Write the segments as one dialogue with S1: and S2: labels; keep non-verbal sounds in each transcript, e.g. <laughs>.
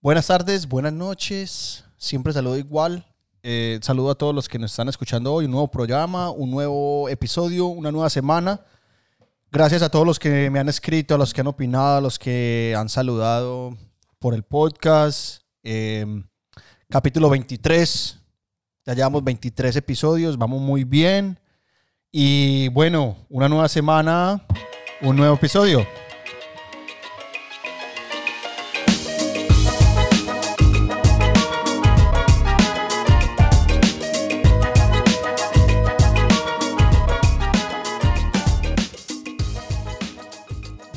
S1: Buenas tardes, buenas noches. Siempre saludo igual. Eh, saludo a todos los que nos están escuchando hoy. Un nuevo programa, un nuevo episodio, una nueva semana. Gracias a todos los que me han escrito, a los que han opinado, a los que han saludado por el podcast. Eh, capítulo 23. Ya llevamos 23 episodios, vamos muy bien. Y bueno, una nueva semana, un nuevo episodio.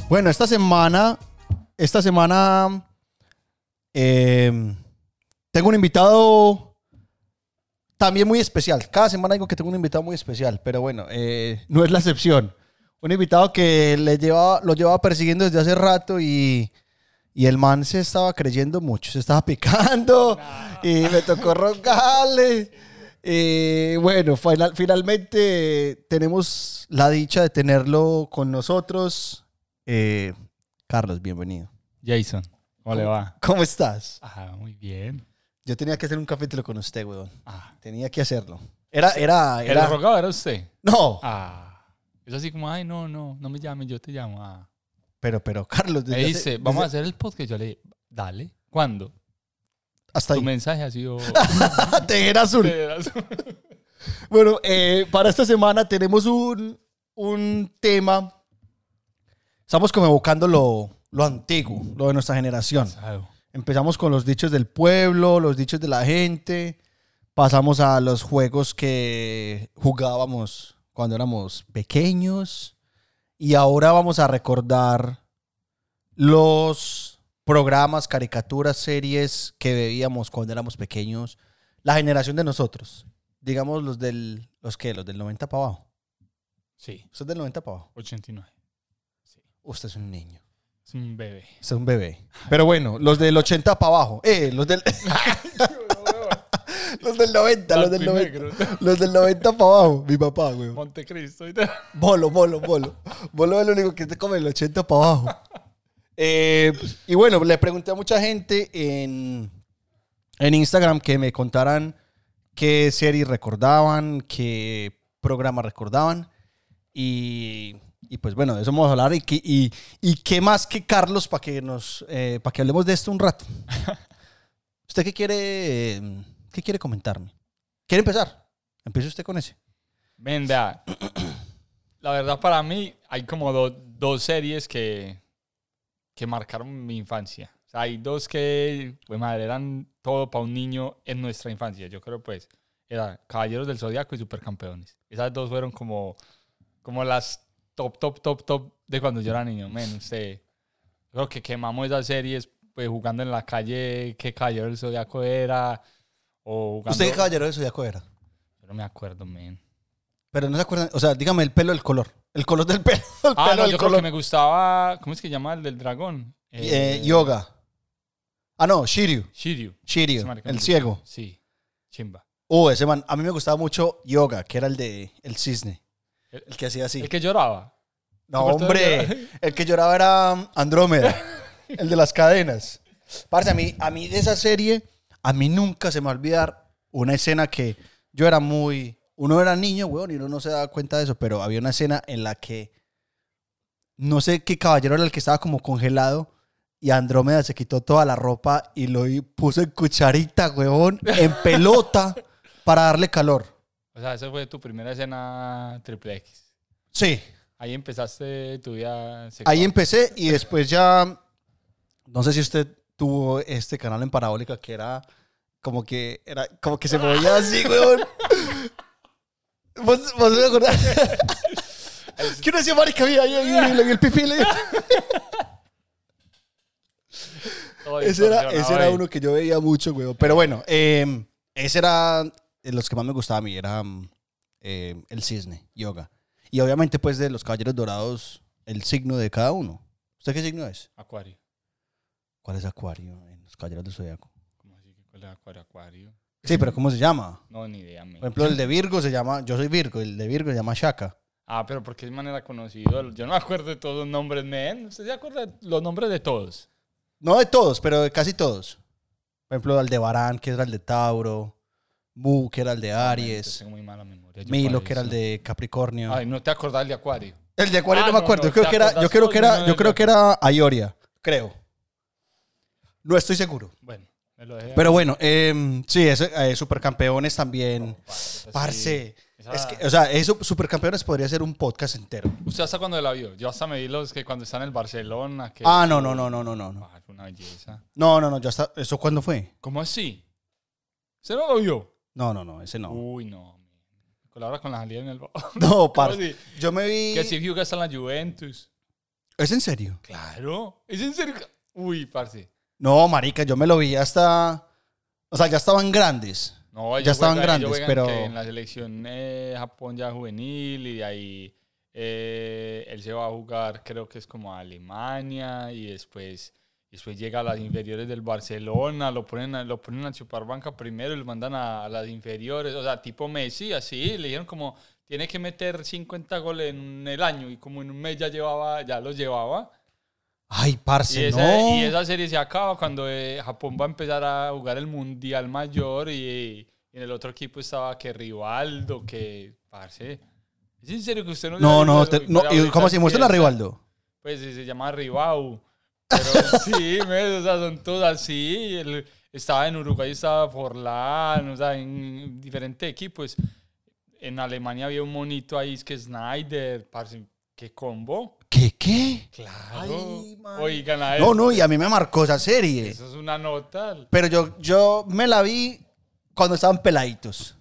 S1: Bueno, esta semana, esta semana eh, tengo un invitado también muy especial. Cada semana digo que tengo un invitado muy especial, pero bueno, eh, no es la excepción. Un invitado que le llevaba, lo llevaba persiguiendo desde hace rato y, y el man se estaba creyendo mucho, se estaba <laughs> picando y me tocó roncarle. Y bueno, final- finalmente eh, tenemos la dicha de tenerlo con nosotros. Eh, Carlos, bienvenido.
S2: Jason, ¿cómo le va?
S1: ¿Cómo estás?
S2: Ah, muy bien.
S1: Yo tenía que hacer un capítulo con usted, weón.
S2: Ah.
S1: Tenía que hacerlo. Era, era,
S2: ¿El
S1: era.
S2: rogado era usted?
S1: No,
S2: Ah. Es así como, ay, no, no, no me llames, yo te llamo. Ah.
S1: pero, pero, Carlos.
S2: Me
S1: desde hace-
S2: dice, vamos a
S1: desde-
S2: hacer el podcast. Yo le dije, dale. ¿Cuándo?
S1: Hasta
S2: Tu
S1: ahí.
S2: mensaje
S1: <laughs>
S2: ha sido...
S1: Ah, Tejera
S2: <laughs>
S1: azul. Bueno, eh, para esta semana tenemos un, un tema. Estamos como evocando lo, lo antiguo, lo de nuestra generación.
S2: Pasado.
S1: Empezamos con los dichos del pueblo, los dichos de la gente. Pasamos a los juegos que jugábamos cuando éramos pequeños. Y ahora vamos a recordar los programas, caricaturas, series que veíamos cuando éramos pequeños. La generación de nosotros. Digamos los del... ¿Los qué? Los del 90 para abajo.
S2: Sí,
S1: Usted es del 90 para abajo.
S2: 89.
S1: Usted es un niño.
S2: Es un bebé.
S1: Usted es un bebé. Pero bueno, los del 80 para abajo. Eh, los del... <laughs> Los del 90, los del 90. Los del 90 para abajo, mi papá, güey.
S2: Montecristo. y tal.
S1: Bolo, bolo, bolo. Bolo es el único que te come el 80 para abajo. Eh, y bueno, le pregunté a mucha gente en, en Instagram que me contaran qué series recordaban, qué programa recordaban. Y, y pues bueno, de eso vamos a hablar. Y, qué- y, y qué más que Carlos para que nos eh, para que hablemos de esto un rato. ¿Usted qué quiere, eh, qué quiere comentarme? ¿Quiere empezar? Empiece usted con ese.
S2: Venga, la verdad para mí hay como do- dos series que, que marcaron mi infancia. O sea, hay dos que, pues madre, eran todo para un niño en nuestra infancia. Yo creo pues, era Caballeros del Zodiaco y Supercampeones. Esas dos fueron como, como las top, top, top, top de cuando yo era niño. Men, usted, creo que quemamos esas series pues jugando en la calle, qué Caballero del Zodiaco era, o jugando...
S1: ¿Usted qué caballero del zodiaco era?
S2: Yo no me acuerdo, men.
S1: Pero no se acuerdan, o sea, dígame el pelo, el color. El color del <laughs> pelo. El
S2: Ah,
S1: pelo,
S2: no,
S1: el
S2: yo creo
S1: color.
S2: que me gustaba. ¿Cómo es que se llama el del dragón?
S1: Eh, yoga. Ah, no, Shiryu.
S2: Shiryu.
S1: Shiryu,
S2: Ese marica me
S1: el
S2: gusta.
S1: ciego.
S2: Sí, chimba.
S1: Uh, ese man. A mí me gustaba mucho Yoga, que era el de El Cisne.
S2: El-
S1: El que hacía así.
S2: Eh, El que lloraba.
S1: no,
S2: ¿te acuerdas de
S1: hombre. <laughs> El que lloraba era <laughs> Andrómeda. el de las cadenas. Parce, a mí, a mí de esa serie, a mí nunca se me va a olvidar una escena que yo era muy. Uno era niño, weón, y uno no se daba cuenta de eso, pero había una escena en la que. No sé qué caballero era el que estaba como congelado. Y Andrómeda se quitó toda la ropa y lo hi- puso en cucharita, weón, <laughs> en pelota, para darle calor.
S2: O sea, esa fue tu primera escena triple X.
S1: Sí,
S2: Ahí empezaste tu vida sexual.
S1: Ahí em- empecé y después ya, no sé si usted tuvo este canal en parabólica que era como que era como que se movía así, weón. ¿Vos, vos me acordás? que uno decía, marica, mira, yo vi- le vi el pipí. le vi-".
S2: <laughs> Todo
S1: Ese era,
S2: distorsionado
S1: ese era
S2: ahí.
S1: uno que yo veía mucho, weón. Pero bueno, eh, ese era de los que más me gustaba a mí, era mm, eh, el cisne, yoga. Y obviamente, pues, de los caballeros dorados, el signo de cada uno. ¿Usted qué signo es?
S2: Acuario.
S1: ¿Cuál es Acuario en los Caballeros del Zodiaco?
S2: ¿Cómo así que cuál es acuario? Acuario.
S1: Sí, pero ¿cómo se llama?
S2: No, ni idea. men.
S1: Por ejemplo, el de Virgo se llama, yo soy Virgo, el de Virgo se llama Shaka.
S2: Ah, pero porque es manera conocido. Yo no me acuerdo de todos los nombres, men. ¿Usted se acuerda de los nombres de todos?
S1: No de todos, pero de casi todos. Por ejemplo, Aldebarán, que era el de Tauro. Mu, que era el de
S2: Yo
S1: Aries.
S2: tengo muy mala memoria. yo
S1: Milo,
S2: para
S1: que era el
S2: eso.
S1: de Capricornio.
S2: Ay, no te acordás del de Acuario.
S1: El de Acuario
S2: Ah,
S1: no me
S2: no,
S1: acuerdo.
S2: no,
S1: yo creo
S2: te
S1: que era, yo
S2: acordás
S1: creo
S2: todo,
S1: que
S2: no,
S1: era, yo
S2: no,
S1: creo
S2: no.
S1: que era Aioria. Creo. No estoy seguro.
S2: Bueno, me lo dejé.
S1: Pero bueno, em, sí, ese, eh, supercampeones también.
S2: Pues Parce,
S1: Parce.
S2: Esa-
S1: Es que, eh, o sea, eso, supercampeones podría ser un podcast entero.
S2: ¿Usted hasta cuando la vio? Yo hasta me vi los que cuando están en el Barcelona. Que
S1: Ah, no, no, no, no, no, no. No,
S2: Ah, fue una belleza.
S1: no, no, no. Yo hasta, ¿Eso cuándo fue?
S2: ¿Cómo así? ¿Se no lo vio?
S1: No, no, no, ese no.
S2: Uy, no. Colabora con la salida en el... <laughs> ¿Cómo
S1: No, parce.
S2: así?
S1: Yo me vi.
S2: Que si Hyuga está en la Juventus.
S1: ¿Es en serio?
S2: Claro. ¿Es en serio? Uy, parce.
S1: No, marica, yo me lo vi hasta. O sea, ya estaban grandes.
S2: No, ellos
S1: Ya estaban
S2: juegan-
S1: grandes,
S2: ellos juegan
S1: pero-
S2: que en la selección eh, Japón ya juvenil y de ahí eh, él se va a jugar, creo que es como a Alemania y después, después llega a las inferiores del Barcelona, lo ponen a, lo ponen a chupar banca primero y lo mandan a, a las inferiores. O sea, tipo Messi, así, le dijeron como tiene que meter 50 goles en el año y como en un mes ya llevaba, ya los llevaba.
S1: Ay,
S2: Y
S1: parce,
S2: esa,
S1: no.
S2: y esa serie se acaba cuando eh, Japón va a empezar a jugar el Mundial Mayor y, y en el otro equipo estaba que Rivaldo, que... Parce, ¿es en serio que usted no...
S1: No, no,
S2: se
S1: te- no, y como si muestra la Rivaldo.
S2: Pues sí, se llama Ribau. Pero <laughs> sí, me, o sea, son todos así. el- estaba en Uruguay, estaba Forlán, o sea, en diferentes equipos. En Alemania había un monito ahí, es que Snyder, parce, qué combo.
S1: ¿Qué, qué?
S2: Claro.
S1: Ay, madre.
S2: Oigan a
S1: No,
S2: esto.
S1: no, y a mí me marcó esa serie.
S2: Eso es una nota.
S1: Pero yo, yo me la vi cuando estaban peladitos.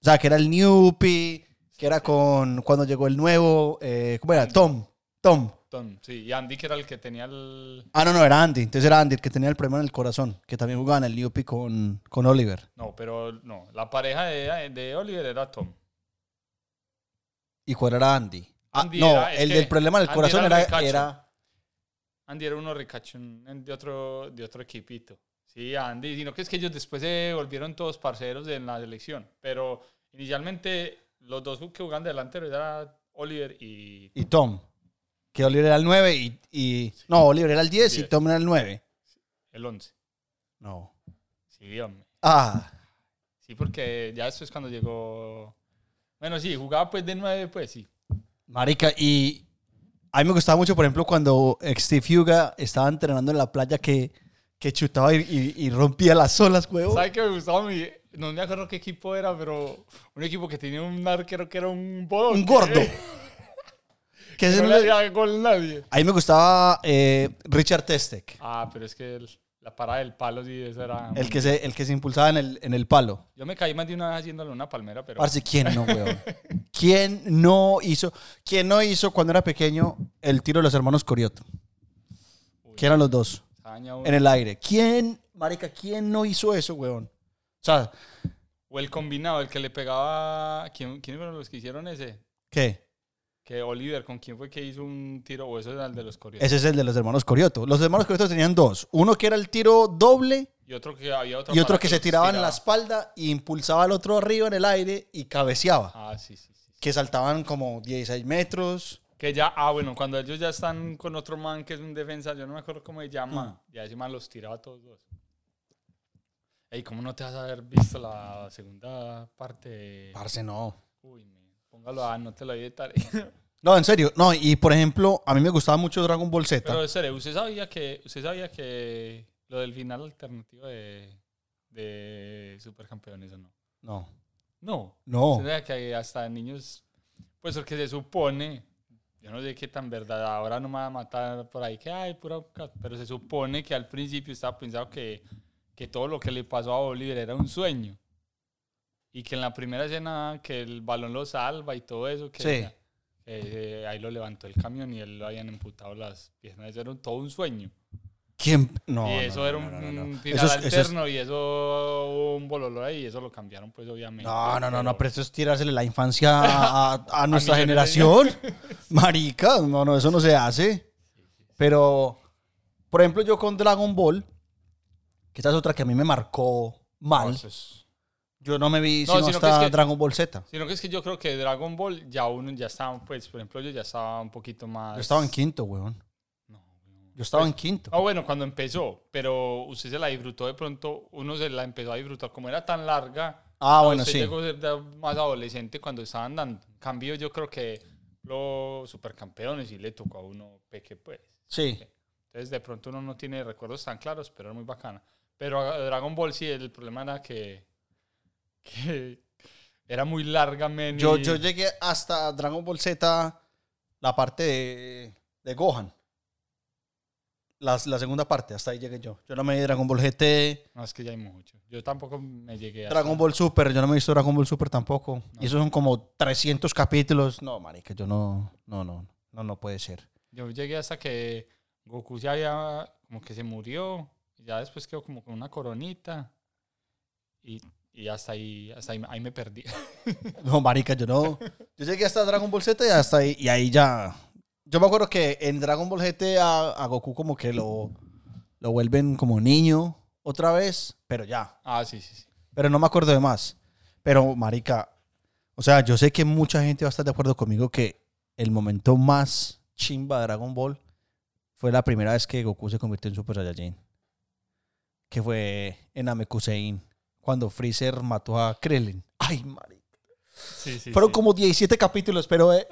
S1: O sea, que era el Newpie, que era con cuando llegó el nuevo, eh, ¿cómo era? Tom. Tom.
S2: Tom, Sí, y Andy que era el que tenía el...
S1: Ah, no, no, era Andy. Entonces era Andy el que tenía el problema en el corazón, que también jugaba en el Newpie con, con Oliver.
S2: No, pero no. La pareja de, de Oliver era Tom.
S1: ¿Y cuál era Andy? Ah,
S2: Andy
S1: no,
S2: era- es
S1: el
S2: que
S1: del problema en el
S2: Andy
S1: corazón
S2: era
S1: era,
S2: el recacho.
S1: era-
S2: Andy era uno ricachón en- de otro, de otro equipito. Sí, Andy. Sino que es que ellos después se volvieron todos parceros en la selección. Pero inicialmente los dos que jugaban de delantero eran Oliver y...
S1: Y Tom. Que Oliver era el 9 y... y- no, Oliver era el 10 y
S2: Diez.
S1: Tom era el 9.
S2: El 11.
S1: No.
S2: Sí, hombre.
S1: Ah,
S2: Sí, porque ya eso es cuando llegó... Bueno, sí, jugaba pues de 9, pues sí.
S1: Marica, y a mí me gustaba mucho, por ejemplo, cuando eh, Steve Huga estaba entrenando en la playa que, que chutaba y, y- y rompía las olas, huevo.
S2: ¿Sabes qué me gustaba? Mi, no me acuerdo qué equipo era, pero un equipo que tenía un arquero que era un bodón.
S1: Un
S2: <laughs>
S1: gordo. Que
S2: Que
S1: ese
S2: no
S1: no
S2: le
S1: le-
S2: hacía gol a nadie.
S1: A mí me gustaba eh, Richard Testec,
S2: Ah, pero es que el- la parada del palo, sí, esa era.
S1: el que se, el que se impulsaba en el, en el palo.
S2: Yo me caí más de una vez haciéndole una palmera, pero.
S1: Parce, ¿quién no, huevón? ¿Quién no hizo, quién no hizo cuando era pequeño el tiro de los hermanos Corioto?
S2: Uy,
S1: Que eran los dos.
S2: esa daña uno.
S1: En el aire. ¿Quién, marica, quién no hizo eso, huevón? O sea,
S2: O el combinado, el que le pegaba. ¿Quién, ¿Quién fueron los que hicieron ese?
S1: ¿qué?
S2: Que Oliver, ¿con quién fue que hizo un tiro? O eso era el de los coreanos.
S1: Ese es el de los hermanos Corioto. Los hermanos Corioto tenían dos. Uno que era el tiro doble
S2: Y otro que había otro.
S1: y otro
S2: aparato
S1: que se
S2: los
S1: tiraba en la espalda y impulsaba al otro arriba en el aire y cabeceaba.
S2: Ah, sí, sí, sí.
S1: Que saltaban como 16 metros.
S2: Que ya, ah, bueno, cuando ellos ya están con otro man que es un defensa, yo no me acuerdo cómo se llama, ya ese man los tiraba a todos dos. Ey, ¿cómo no te vas a haber visto la segunda parte? de-
S1: Parce, no.
S2: Uy, men, póngalo a, no te lo voy a editar.
S1: No, en serio. No, y por ejemplo, a mí me gustaba mucho Dragon Ball Z.
S2: Pero, en serio, ¿usted sabía que, usted sabía que lo del final alternativo de, de Supercampeones o no?
S1: no.
S2: No.
S1: No.
S2: ¿Usted sabía que hasta niños, pues porque se supone, yo no sé qué tan verdad, ahora no me va a matar por ahí, que hay pura, ca- pero se supone que al principio estaba pensado que, que todo lo que le pasó a Oliver era un sueño. Y que en la primera escena que el balón lo salva y todo eso, que
S1: Sí.
S2: eh, eh, ahí lo levantó el camión y él lo habían emputado las piernas, eso era un- todo un sueño.
S1: ¿Quién? No.
S2: y
S1: no,
S2: eso
S1: no,
S2: era
S1: no, no,
S2: un
S1: no, no.
S2: final
S1: Eso es- eso es-
S2: alterno y eso hubo un bololo ahí y eso lo cambiaron pues obviamente.
S1: No, no, no, no,
S2: pero-
S1: pero eso es tirársele la infancia
S2: <laughs>
S1: a, a- a nuestra
S2: millones de
S1: generación.
S2: <laughs>
S1: Marica, no, no, eso no se hace. Pero, por ejemplo, yo con Dragon Ball, que esta es otra que a mí me marcó mal,
S2: Entonces,
S1: yo no me vi
S2: No,
S1: sino
S2: sino que
S1: hasta
S2: es que-
S1: Dragon Ball Z.
S2: Sino que es que yo creo que Dragon Ball ya uno ya estaba, pues, por ejemplo, yo ya estaba un poquito más.
S1: Yo estaba en quinto, weón.
S2: No, no.
S1: Yo estaba en quinto.
S2: Ah, bueno, cuando empezó, pero usted se la disfrutó de pronto, uno se la empezó a disfrutar como era tan larga.
S1: Ah,
S2: no,
S1: bueno,
S2: usted
S1: sí.
S2: llegó a ser ya más adolescente cuando estaban dando. En cambio, yo creo que los supercampeones sí le tocó a uno peque, pues.
S1: Sí.
S2: Entonces, de pronto uno no tiene recuerdos tan claros, pero era muy bacana. Pero a- a Dragon Ball sí, el problema era que, que era muy larga, men.
S1: Yo,
S2: y-
S1: yo llegué hasta Dragon Ball Z, la parte de, de Gohan. Las- la segunda parte, hasta ahí llegué yo. Yo no me vi Dragon Ball GT,
S2: No, es que ya hay mucho. Yo tampoco me llegué a...
S1: Dragon Ball Super, yo no me he visto Dragon Ball Super tampoco. Y esos son como 300 capítulos. No, marica, yo no, no, no, no, no puede ser. <laughs>
S2: Yo llegué hasta que Goku se había, como que se murió, y ya después quedó como con una coronita, y, y hasta ahí, hasta ahí, ahí me perdí. <laughs>
S1: No, marica, yo no. Yo llegué hasta Dragon Ball Z y hasta ahí, y ahí ya. Yo me acuerdo que en Dragon Ball GT a, a Goku como que lo, lo vuelven como niño otra vez, pero ya.
S2: Ah, sí, sí, sí.
S1: Pero no me acuerdo de más. Pero, marica, o sea, yo sé que mucha gente va a estar de acuerdo conmigo que el momento más chimba de Dragon Ball fue la primera vez que Goku se convirtió en Super Saiyajin. Que fue en Namekusein, cuando Freezer mató a Krillin. Ay, marica.
S2: sí, sí
S1: Fueron
S2: sí.
S1: como 17 capítulos, pero, <laughs> eh,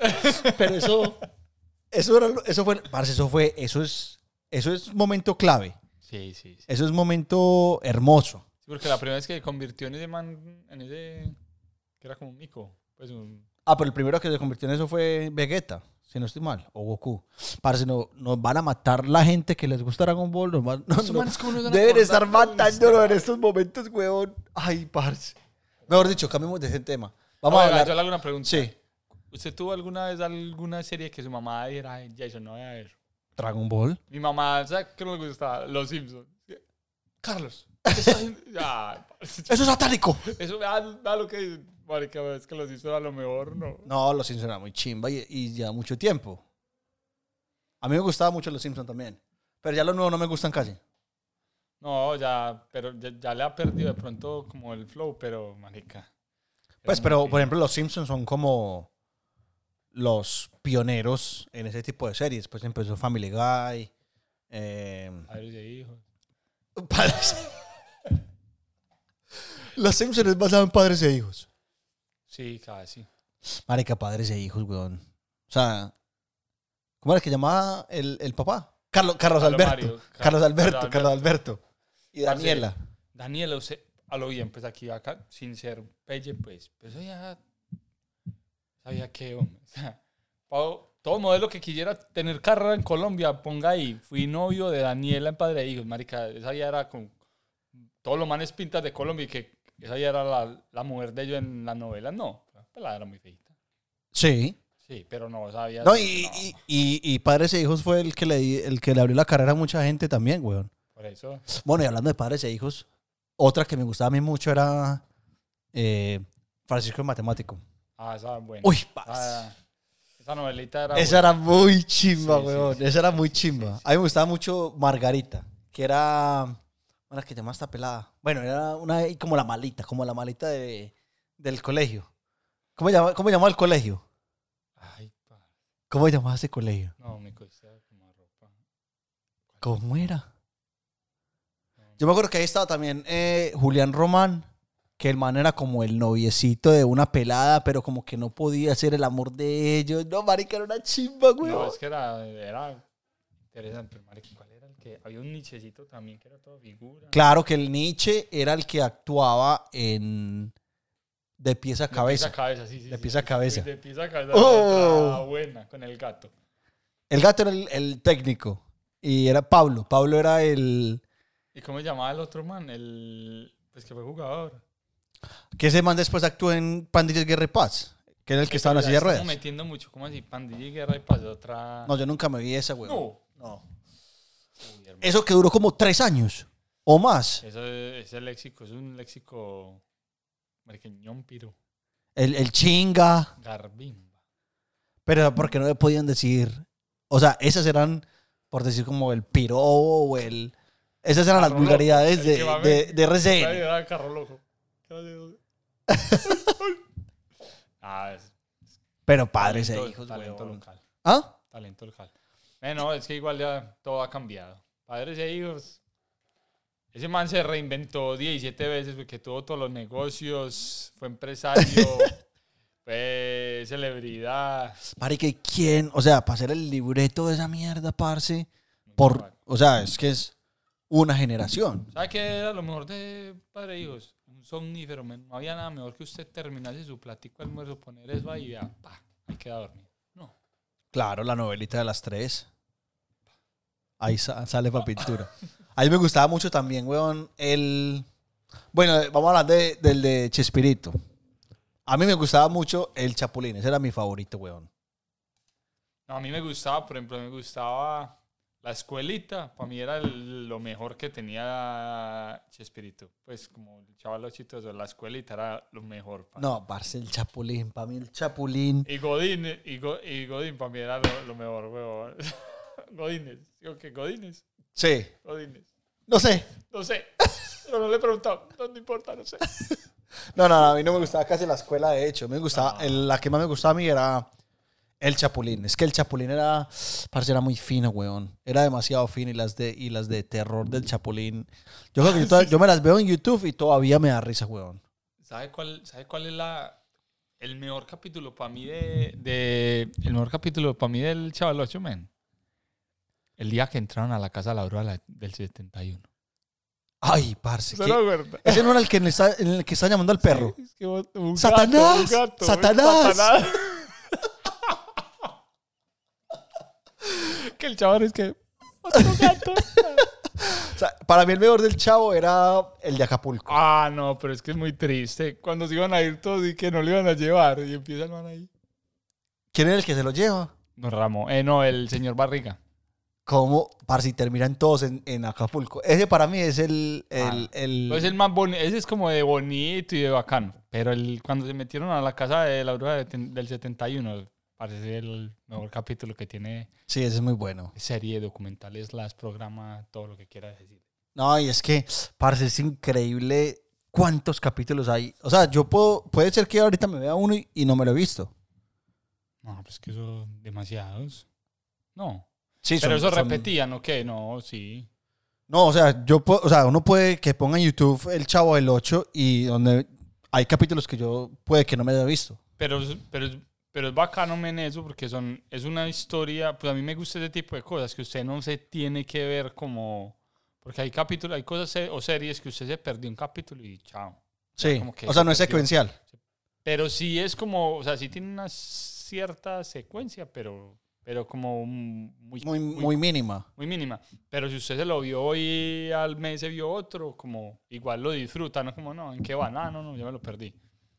S1: pero eso, eso, era lo- eso fue, parce, eso fue, eso es, eso es momento clave,
S2: Sí, sí, sí.
S1: eso es momento hermoso.
S2: Sí, Porque la primera vez que convirtió en ese man, en ese, que era como un mico, pues un...
S1: Ah, pero el primero que se convirtió en eso fue Vegeta, si no estoy mal, o Goku. Parce, no, nos van a matar la gente que les gusta Dragon Ball, nos van- no, no, deben estar matándolo en estos momentos, weón. Ay, parce. Mejor dicho, cambiemos de ese tema. Vamos a hablar.
S2: Ah, Yo le hago una pregunta.
S1: Sí,
S2: ¿Usted tuvo alguna vez alguna serie que su mamá dijera, "Ay, Jason, no voy a ver?
S1: Dragon Ball.
S2: Mi mamá, ¿sabes qué no le gustaba? Los Simpsons.
S1: <laughs>
S2: Carlos. ¿qué estás haciendo? Ah,
S1: Eso es satánico.
S2: <laughs> eso me da, da lo que... Marica, es que los Simpsons a lo mejor no.
S1: No, Los Simpsons era muy chimba y, y ya mucho tiempo. A mí me gustaba mucho Los Simpsons también. Pero ya los nuevos no me gustan casi.
S2: No, ya, pero ya, ya le ha perdido de pronto como el flow, pero marica. era
S1: Pues,
S2: muy
S1: pero
S2: bien.
S1: por ejemplo, Los Simpsons son como los pioneros en ese tipo de series. Pues empezó Family Guy. eh,
S2: Padres e hijos.
S1: Padres- los Simpsons es basado en padres e hijos.
S2: Sí, casi.
S1: Marica, padres e hijos, weón. O sea, ¿cómo era que llamaba el, el papá? Carlos, Carlos
S2: Carlos
S1: Alberto.
S2: Mario, Car-
S1: <laughs> Carlos
S2: Carlos
S1: Alberto, Carlos Alberto. Ah, Y
S2: Parce,
S1: Daniela.
S2: Daniela, usted, a lo bien, pues aquí, acá, sin ser pelle, pues, pues eso ya sabía que, hombre. <laughs> O sea, pa- todo modelo que quisiera tener carrera en Colombia, ponga ahí, fui novio de Daniela en Padre e Hijos, marica, esa ya era con todos los manes pintas de Colombia y que esa ya era la, la mujer de ellos en la novela, no, pues, la era muy feita.
S1: Sí.
S2: Sí, pero no sabía.
S1: No, y, y- y- y Padres e Hijos fue el que, le, di- el que le abrió la carrera a mucha gente también, weón.
S2: Por eso.
S1: Bueno, y hablando de Padres e Hijos, otra que me gustaba a mí mucho era eh, Francisco el Matemático.
S2: Ah, esa bueno.
S1: Uy, parce.
S2: esa, esa novelita era.
S1: Esa era muy chimba,
S2: Sí, sí,
S1: weón.
S2: sí,
S1: Esa era muy chimba. A mí me gustaba mucho Margarita, que era. Bueno, es que llamaba esta pelada. Bueno, era una como la malita, como la malita de, del colegio. ¿Cómo llamaba, cómo llamaba el colegio?
S2: buena. Ay, pa-
S1: ¿Cómo llamaba ese colegio?
S2: No, me costaba como ropa.
S1: ¿Cómo era? Yo me acuerdo que ahí estaba también eh, Julián Román, que el man era como el noviecito de una pelada, pero como que no podía ser el amor de ellos. No, marica, era una chimba, güey.
S2: No, es que era, era interesante, pero, marica, ¿cuál era el que? Había un nichecito también que era todo figura.
S1: Claro que el Nietzsche era el que actuaba en de pies a
S2: De
S1: cabeza.
S2: pieza a cabeza, sí, sí.
S1: De
S2: sí,
S1: pieza a
S2: sí.
S1: cabeza.
S2: De pieza a cabeza.
S1: Oh.
S2: otra buena, con el gato.
S1: El gato era el, el técnico y era Pablo. Pablo era el
S2: ¿Y cómo se llamaba el otro man? El. Pues que fue jugador.
S1: que ese man después actuó en Pandillas Guerra y Paz, que era el que estaba en la
S2: Ya
S1: silla de
S2: estamos
S1: ruedas.
S2: metiendo mucho, como así, pandilla y guerra y pasó otra.
S1: No, yo nunca me vi esa, güey.
S2: no.
S1: No.
S2: Uy, hermano,
S1: Eso que duró como tres años o más.
S2: Eso es, ese léxico, es un léxico. Mariqueñón piro.
S1: El, el chinga,
S2: Garbimba.
S1: pero porque no le podían decir. O sea, esas eran, por decir como el pirobo o el. Esas eran las
S2: Carro loco,
S1: vulgaridades
S2: el
S1: de,
S2: que va a
S1: de,
S2: ver.
S1: de RCN.
S2: Nadie daba carro loco. ah, es <laughs>
S1: Pero padres e
S2: talento-
S1: hijos,
S2: Ah, Talento
S1: e weón.
S2: local.
S1: ¿Ah?
S2: Talento local. Eh, no, es que igual ya todo ha cambiado. Padres e hijos. Ese man se reinventó 17 veces porque tuvo todos los negocios, fue empresario, fue celebridad.
S1: Marica, ¿y quién? O sea, para hacer el libreto de esa mierda, parce. Por, o sea, es que es una generación.
S2: ¿Sabe qué era lo mejor de Padre e Hijos? Un somnífero, men. No había nada mejor que usted terminase su platico almuerzo, poner eso ahí y ya, pa, ahí queda dormido. No.
S1: Claro, la novelita de las tres. Ahí sa- sale para pintura. A mí me gustaba mucho también, weón, el... Bueno, vamos a hablar de- del de Chespirito. A mí me gustaba mucho el Chapulín. Ese era mi favorito, weón.
S2: No, a mí me gustaba, por ejemplo, me gustaba la escuelita. Para mí era el- lo mejor que tenía Chespirito. Pues como el chaval chistoso, la escuelita era lo mejor. pa.
S1: No, parce, el Chapulín. Para mí el Chapulín.
S2: Y Godín, y, Go- y Godín para mí era lo, lo mejor, huevón. <laughs> Godines. Digo que Godines.
S1: Sí.
S2: Godines.
S1: No sé.
S2: No sé. Pero no le he preguntado. No, no importa, no sé.
S1: No, no, no, a mí no me gustaba casi la escuela, de hecho. Me gustaba,
S2: No.
S1: el- la que más me gustaba a mí era el Chapulín. Es que el Chapulín era, parce, era muy fino, weón. Era demasiado fino y las de, y las de terror del Chapulín. Yo
S2: <laughs>
S1: creo que yo, toda- yo me las veo en YouTube y todavía me da risa, weón.
S2: ¿Sabe cuál, sabe cuál es la, el mejor capítulo para mí de, de- El mejor capítulo para mí del Chaval 8, men? El día que entraron a la casa de la bruja la- del 71.
S1: Ay, parce.
S2: ¿Se
S1: que-
S2: lo acuerda?
S1: ese no era el que, le está, en el que está llamando al perro.
S2: Es que vos- un
S1: ¡Satanás!
S2: gato, un gato, un
S1: ¡Satanás!
S2: <laughs> que el chaval es que... Otro gato.
S1: O sea, para mí el mejor del chavo era el de Acapulco.
S2: ah, no, pero es que es muy triste. Cuando se iban a ir todos y que no le iban a llevar. Y empieza el man ahí.
S1: ¿Quién era el que se lo lleva?
S2: No, Ramo. Eh, no, el señor Barriga.
S1: ¿Cómo? Parce, y terminan todos en, en Acapulco. Ese para mí es el... el,
S2: Ah.
S1: el-
S2: Pues el más bonito, ese es como de bonito y de bacano. Pero el, cuando se metieron a la casa de la bruja de ten- del 71, parece el mejor capítulo que tiene
S1: sí, ese es muy bueno.
S2: serie, documentales, las programa, todo lo que quiera decir.
S1: No, y es que, parce, es increíble cuántos capítulos hay. O sea, yo puedo, puede ser que ahorita me vea uno y, y no me lo he visto.
S2: No, pues que eso, demasiados. No.
S1: Sí,
S2: Pero
S1: son-
S2: eso
S1: son-
S2: repetían, ¿o qué? No, sí.
S1: No, o sea, yo puedo, o sea, uno puede que ponga en YouTube El Chavo del 8 y donde hay capítulos que yo puede que no me haya visto.
S2: Pero, es- pero, es- pero es bacano, men, eso, porque son, es una historia, pues a mí me gusta ese tipo de cosas, que usted no se tiene que ver como... Porque hay capítulos, hay cosas se- o series que usted se perdió un capítulo y chao.
S1: Sí.
S2: como que
S1: O sea, no es
S2: se perdió.
S1: secuencial.
S2: Pero sí es como, o sea, sí tiene una cierta secuencia, pero, pero como un- muy,
S1: Muy, muy mínima.
S2: muy mínima. Pero si usted se lo vio hoy al mes se vio otro, como igual lo disfruta, no es como, no, ¿en qué va? Ah, no, no, yo me lo perdí.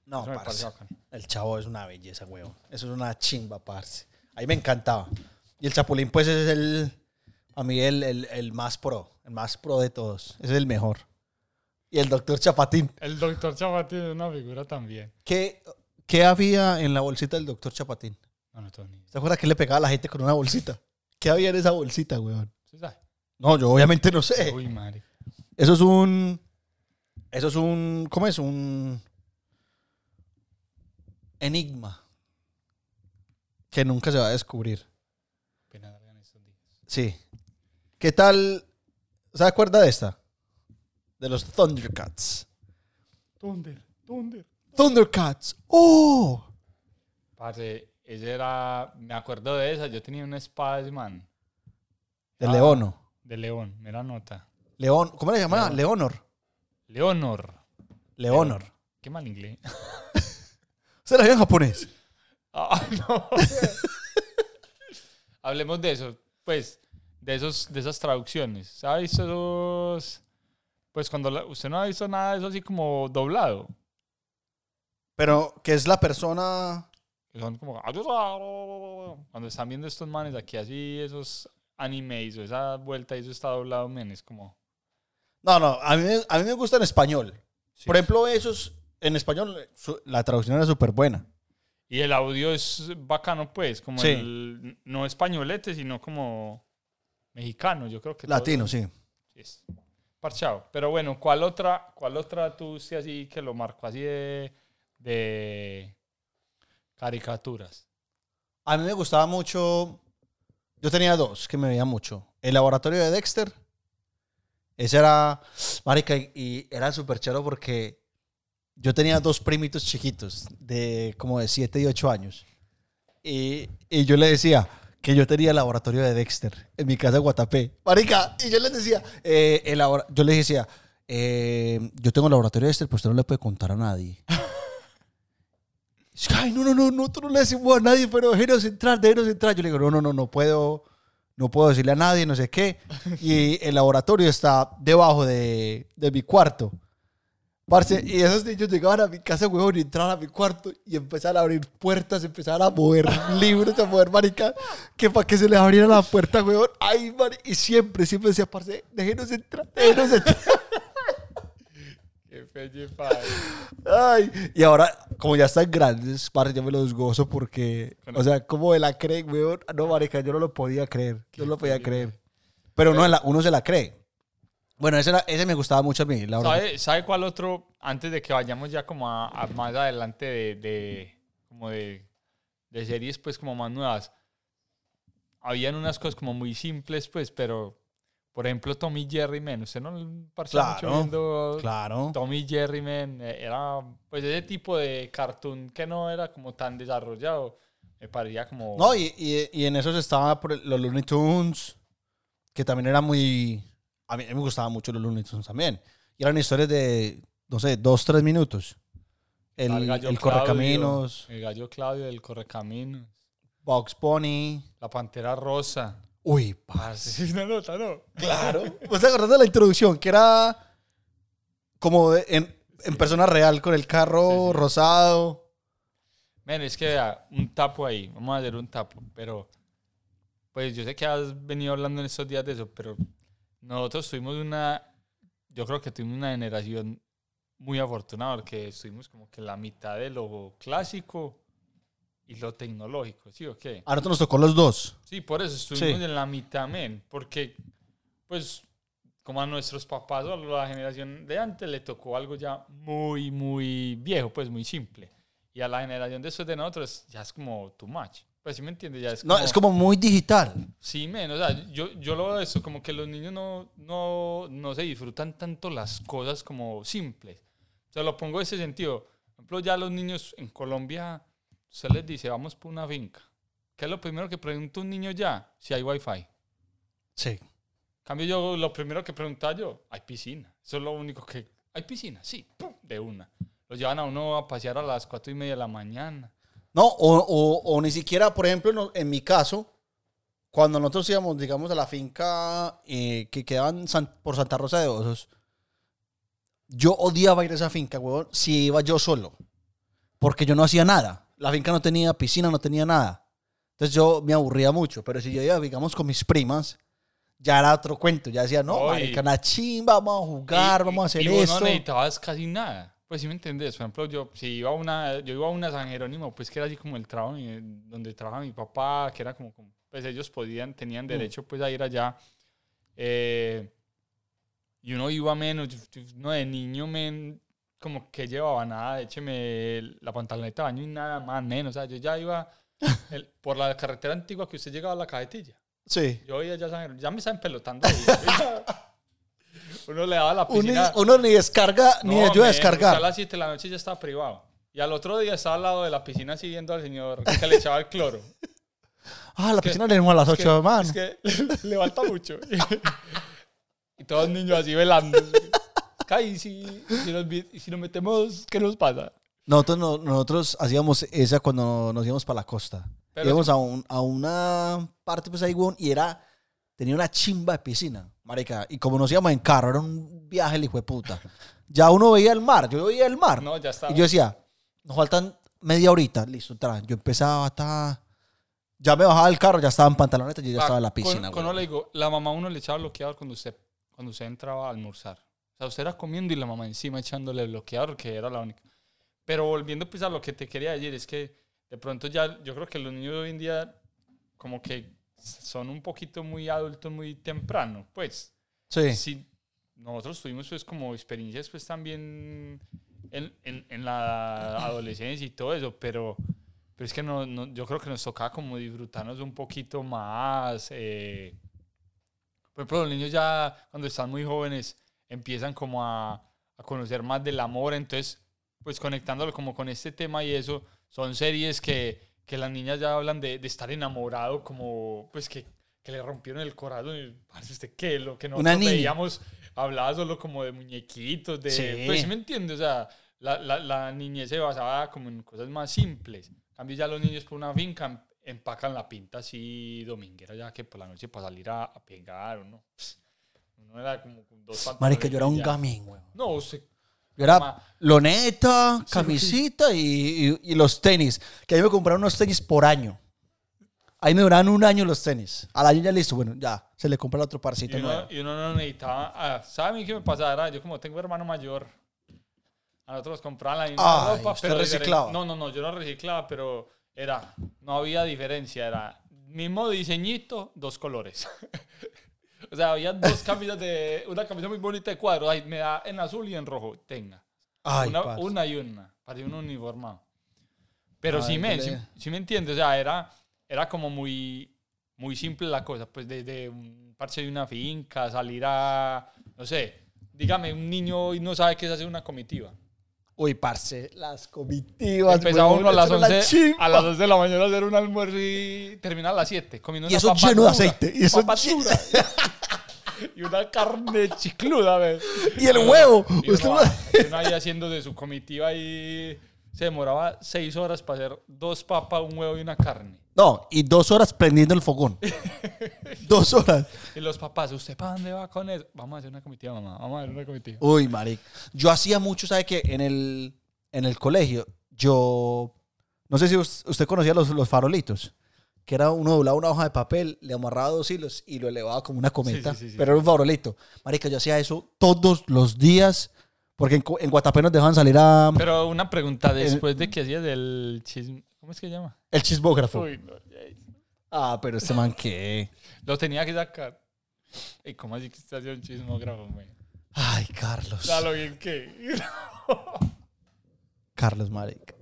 S1: No,
S2: Eso me parece
S1: parce.
S2: bacano.
S1: El Chavo es una belleza, weón. Eso es una chimba, parce. Ahí me encantaba. Y el Chapulín, pues, es el, a mí, el, el- el más pro. El más pro de todos. Ese es el mejor. Y el doctor Chapatín.
S2: El doctor Chapatín es una figura también.
S1: ¿Qué, qué había en la bolsita del doctor Chapatín?
S2: No, no, Tony.
S1: ¿Se acuerdas que le pegaba a la gente con una bolsita? ¿Qué había en esa bolsita, weón?
S2: ¿Usted sabe?
S1: No, yo obviamente no sé.
S2: Uy, madre.
S1: Eso es un... Eso es un... ¿Cómo es? Un... Enigma. Que nunca se va a descubrir.
S2: Apenas salgan estos días.
S1: Sí. ¿Qué tal? ¿Se acuerda de esta? De los Thundercats.
S2: Thunder, Thunder.
S1: Thundercats. ¡Oh!
S2: Parce, ese era, me acuerdo de esa, yo tenía una espada de ese man,
S1: De
S2: Ah.
S1: Leono.
S2: de León, me la nota.
S1: León. ¿Cómo le llamaba? Leonor.
S2: Leonor.
S1: Leonor.
S2: Qué mal inglés.
S1: ¿Usted la vio en japonés?
S2: Ah, <laughs> no. Hablemos de eso, pues, de, esos, de esas traducciones. ¿Sabes esos? Pues cuando la- usted no ha visto nada de eso así como doblado.
S1: Pero que es la persona...
S2: que Son como... "Ah, Cuando están viendo estos manes aquí así, esos animes o esa vuelta y eso está doblado, men, es como...
S1: No, no. A mí, a mí me gusta en español.
S2: sí.
S1: Por em- ejemplo, esos... En español su- la traducción era súper buena.
S2: Y el audio es bacano, pues, como
S1: Sí.
S2: el... No españolete, sino como mexicano, yo creo que... todos-
S1: Latino, sí.
S2: Yes. Parchado. Pero bueno, ¿cuál otra, cuál otra tú sí así que lo marcó así de, de caricaturas?
S1: A mí me gustaba mucho Yo tenía dos que me veía mucho. El laboratorio de Dexter. Ese era, marica, y- y era súper chero porque yo tenía dos primitos chiquitos de como de 7 y 8 años. Y, y yo le decía que yo tenía el laboratorio de Dexter en mi casa de Guatapé. Marica, y yo les decía, eh, el labora- yo les decía, eh, yo tengo el laboratorio de Dexter, pues usted no le puede contar a nadie. Es que, Ay, no, no, no, no, tú no le decimos a nadie, pero déjenos entrar, déjenos entrar. Yo le digo, no, no, no, no puedo, no puedo decirle a nadie, no sé qué. Y el laboratorio está debajo de, de mi cuarto. Parce, y esos niños llegaban a mi casa, huevón, y entraban a mi cuarto y empezaban a abrir puertas, empezaban a mover libros, a mover marica, que para que se les abriera la puerta, huevón. Ay, mari- y siempre, siempre decía, parce, déjenos entrar, déjenos entrar.
S2: Qué pelle, padre.
S1: Ay, y ahora, como ya están grandes, parce, yo me los gozo porque, o sea, como de la creen, weón. No, marica, yo no lo podía creer. Yo no lo podía creer. Pero uno, la- uno se la cree. Bueno, ese, era- ese me gustaba mucho a mí, la verdad.
S2: ¿Sabe, sabe cuál otro? Antes de que vayamos ya como a, a más adelante de, de- como de, de series pues como más nuevas. Habían unas cosas como muy simples pues, pero por ejemplo Tommy Jerry Man, usted no parcela
S1: Claro,
S2: mucho viendo
S1: Claro.
S2: Tommy Jerry Man, eh, era pues ese tipo de cartoon que no era como tan desarrollado, me parecía como
S1: No, y, y- y en esos estaba por el- los Looney Tunes, que también era muy... A mí, a mí me gustaban mucho los Looney Tunes también. Y eran historias de, no sé, dos, tres minutos. El,
S2: al gallo
S1: el
S2: Claudio,
S1: Correcaminos,
S2: el gallo Claudio del Correcaminos,
S1: Box Pony.
S2: la pantera rosa.
S1: Uy,
S2: Ah, sí, una nota, <laughs> ¿no?
S1: <laughs> Claro. ¿Vos te acordás de la introducción? Que era como de- en, en persona real con el carro
S2: Sí, sí.
S1: rosado.
S2: Men, es que vea, un tapo ahí, vamos a hacer un tapo, pero pues yo sé que has venido hablando en estos días de eso, pero nosotros tuvimos una, yo creo que tuvimos una generación muy afortunada, porque estuvimos como que la mitad de lo clásico y lo tecnológico, ¿sí o qué?
S1: A nosotros nos tocó los dos.
S2: Sí, por eso estuvimos
S1: Sí.
S2: en la mitad, men, porque pues como a nuestros papás o a la generación de antes le tocó algo ya muy, muy viejo, pues muy simple. Y a la generación de esos de nosotros ya es como too much. Pues sí me entiendes, ya es
S1: No,
S2: como...
S1: es como muy digital.
S2: Sí, men, o sea, yo, yo lo veo eso, como que los niños no, no, no se disfrutan tanto las cosas como simples. O sea, lo pongo en ese sentido. Por ejemplo, ya los niños en Colombia, se les dice, vamos por una finca. ¿Qué es lo primero que pregunta un niño ya? Si hay wifi. En
S1: Sí.
S2: cambio, yo lo primero que preguntaba yo, hay piscina. Eso es lo único que... ¿Hay piscina? Sí, pum, de una. Lo llevan a uno a pasear a las cuatro y media de la mañana.
S1: No, o, o- o ni siquiera, por ejemplo, no- en mi caso, cuando nosotros íbamos, digamos, a la finca eh, que quedaban por Santa Rosa de Osos, yo odiaba ir a esa finca, huevón, si iba yo solo. Porque yo no hacía nada. La finca no tenía piscina, no tenía nada. Entonces yo me aburría mucho. Pero si yo iba, digamos, con mis primas, ya era otro cuento. Ya decía, no,
S2: Oy.
S1: marica, una chimba, vamos a jugar,
S2: Y-
S1: vamos a
S2: y-
S1: hacer
S2: y vos
S1: esto.
S2: no necesitabas casi nada. Pues si me entendés, por ejemplo, yo si iba a una, yo iba a una San Jerónimo, pues que era así como el trabajo de mi- donde trabajaba mi papá, que era como, como- pues ellos podían,
S1: Mm.
S2: tenían derecho pues a ir allá. Eh, y uno iba menos, yo- yo- no de niño men, como que llevaba nada, écheme el- la pantaloneta de baño y nada más, menos. O sea, yo ya iba el- por la carretera antigua que usted llegaba a la cajetilla.
S1: Sí.
S2: Yo iba ya a San Jerónimo, ya me estaban pelotando. ahí.
S1: <laughs>
S2: uno le daba la
S1: Uno, ni-
S2: piscina.
S1: uno ni descarga, ni
S2: No,
S1: ayuda a
S2: men,
S1: descargar.
S2: usted A las 7 de la noche ya estaba privado. Y al otro día estaba al lado de la piscina así viendo al señor que le echaba el cloro.
S1: Ah, la
S2: que-
S1: piscina le dimos a las
S2: Es
S1: 8 de mano.
S2: Es que <laughs> le falta mucho. <laughs> y todos los niños así velando. Cay, si, si, nos, vi- si nos metemos, ¿qué nos pasa?
S1: Nosotros, no- nosotros hacíamos esa cuando nos íbamos para la costa.
S2: Pero
S1: íbamos a, un- a una parte, pues ahí, weón, y era. Tenía una chimba de piscina, marica. Y como nos íbamos en carro, era un viaje, el hijo de puta. Ya uno veía el mar, yo veía el mar.
S2: No, ya está.
S1: y yo decía, nos faltan media horita, listo, tra. Yo empezaba hasta. Ya me bajaba del carro, ya estaba en pantalones, yo ya
S2: Ah,
S1: estaba en la
S2: con-
S1: piscina,
S2: Con,
S1: weón.
S2: uno le digo, la mamá a uno le echaba bloqueador cuando usted, cuando usted entraba a almorzar. O sea, usted era comiendo y la mamá encima echándole bloqueador, que era la única. Pero volviendo pues a lo que te quería decir, es que de pronto ya, yo creo que los niños de hoy en día como que son un poquito muy adultos muy temprano, pues.
S1: Sí.
S2: Sí, nosotros tuvimos pues como experiencias pues también en, en- en la adolescencia y todo eso, pero, pero Pero es que no, no- yo creo que nos tocaba como disfrutarnos un poquito más. eh. Por ejemplo, los niños ya cuando están muy jóvenes empiezan como a, a conocer más del amor. Entonces, pues conectándolo como con este tema y eso, son series que, que las niñas ya hablan de, de estar enamorado, como pues que, que le rompieron el corazón. Y, parce, ¿usted qué? Lo que nosotros
S1: Una niña.
S2: veíamos hablaba solo como de muñequitos, de...
S1: Sí.
S2: Pues, ¿sí me entiendes? O sea, la, la, la niñez se basaba como en cosas más simples. En cambio, ya los niños por una finca em- empacan la pinta así dominguera, ya que por la noche para salir a, a pegar o no. Uno era como con dos
S1: Marica,
S2: pantalones
S1: yo era un
S2: ya.
S1: gamín, weón.
S2: No, usted-
S1: Yo era
S2: Ma-
S1: loneta, camisita y, y- y los tenis. Que ahí me compraron unos tenis por año. Ahí me duraban un año los tenis. Al año ya listo, bueno, ya. Se le compra el otro
S2: Y
S1: parcito
S2: uno,
S1: nuevo.
S2: y uno no necesitaba. ah, ¿Sabe a mí qué me pasara? Yo, como tengo hermano mayor, a nosotros nos compraban la misma
S1: Ay,
S2: ropa,
S1: usted
S2: pero
S1: reciclaba.
S2: diferente. No, no, no, yo no reciclaba, pero era. No había diferencia, era mismo diseñito, dos colores. <laughs> o sea, había dos camisas de. Una camisa muy bonita de cuadro, ay, me da en azul y en rojo, tenga.
S1: Ay,
S2: una,
S1: parce.
S2: una y una, parecía un uniformado. Pero
S1: Ay,
S2: sí, me,
S1: qué
S2: sí,
S1: le-
S2: sí me entiendes, o sea, era, era como muy, muy simple la cosa, pues desde un parche de una finca, salir a, no sé, dígame, un niño hoy no sabe qué es hacer una comitiva.
S1: Uy, parce, las comitivas.
S2: Empezaba
S1: weón,
S2: uno a las
S1: eso era la
S2: 11,
S1: chimba.
S2: a las 12 de la mañana a hacer un almuerzo y terminar a las 7, comiendo
S1: Y
S2: una
S1: eso
S2: papa
S1: lleno de
S2: dura,
S1: aceite, y eso
S2: papa
S1: lleno-
S2: dura. Y una carne chicluda, ¿ves?
S1: Y el huevo.
S2: Y
S1: Usted
S2: uno,
S1: no-
S2: ah, uno ahí haciendo de su comitiva y se demoraba seis horas para hacer dos papas, un huevo y una carne.
S1: <laughs> No, y dos horas prendiendo el
S2: <laughs>
S1: fogón. dos horas.
S2: Y los papás, ¿usted para dónde va con eso? Vamos a hacer una comitiva, mamá. Vamos a hacer una comitiva.
S1: Uy, marica. Yo hacía mucho, ¿sabe qué? En el, en el colegio, yo... No sé si us- usted conocía los, los farolitos. Que era uno doblaba una hoja de papel, le amarraba dos hilos y lo elevaba como una cometa.
S2: sí, sí, sí.
S1: Pero era un farolito. Marica, yo hacía eso todos los días. Porque en, Cu- en Guatapé nos dejaban salir a...
S2: Pero una pregunta, después de que hacías del chisme, ¿cómo es que se llama?
S1: El chismógrafo.
S2: Uy, no, ay,
S1: Ah, pero este man, ¿qué?
S2: lo tenía que sacar. ¿Y cómo así que usted hacía un chismógrafo, güey?
S1: Ay, Carlos.
S2: Dalo bien que. <laughs>
S1: Carlos, marica.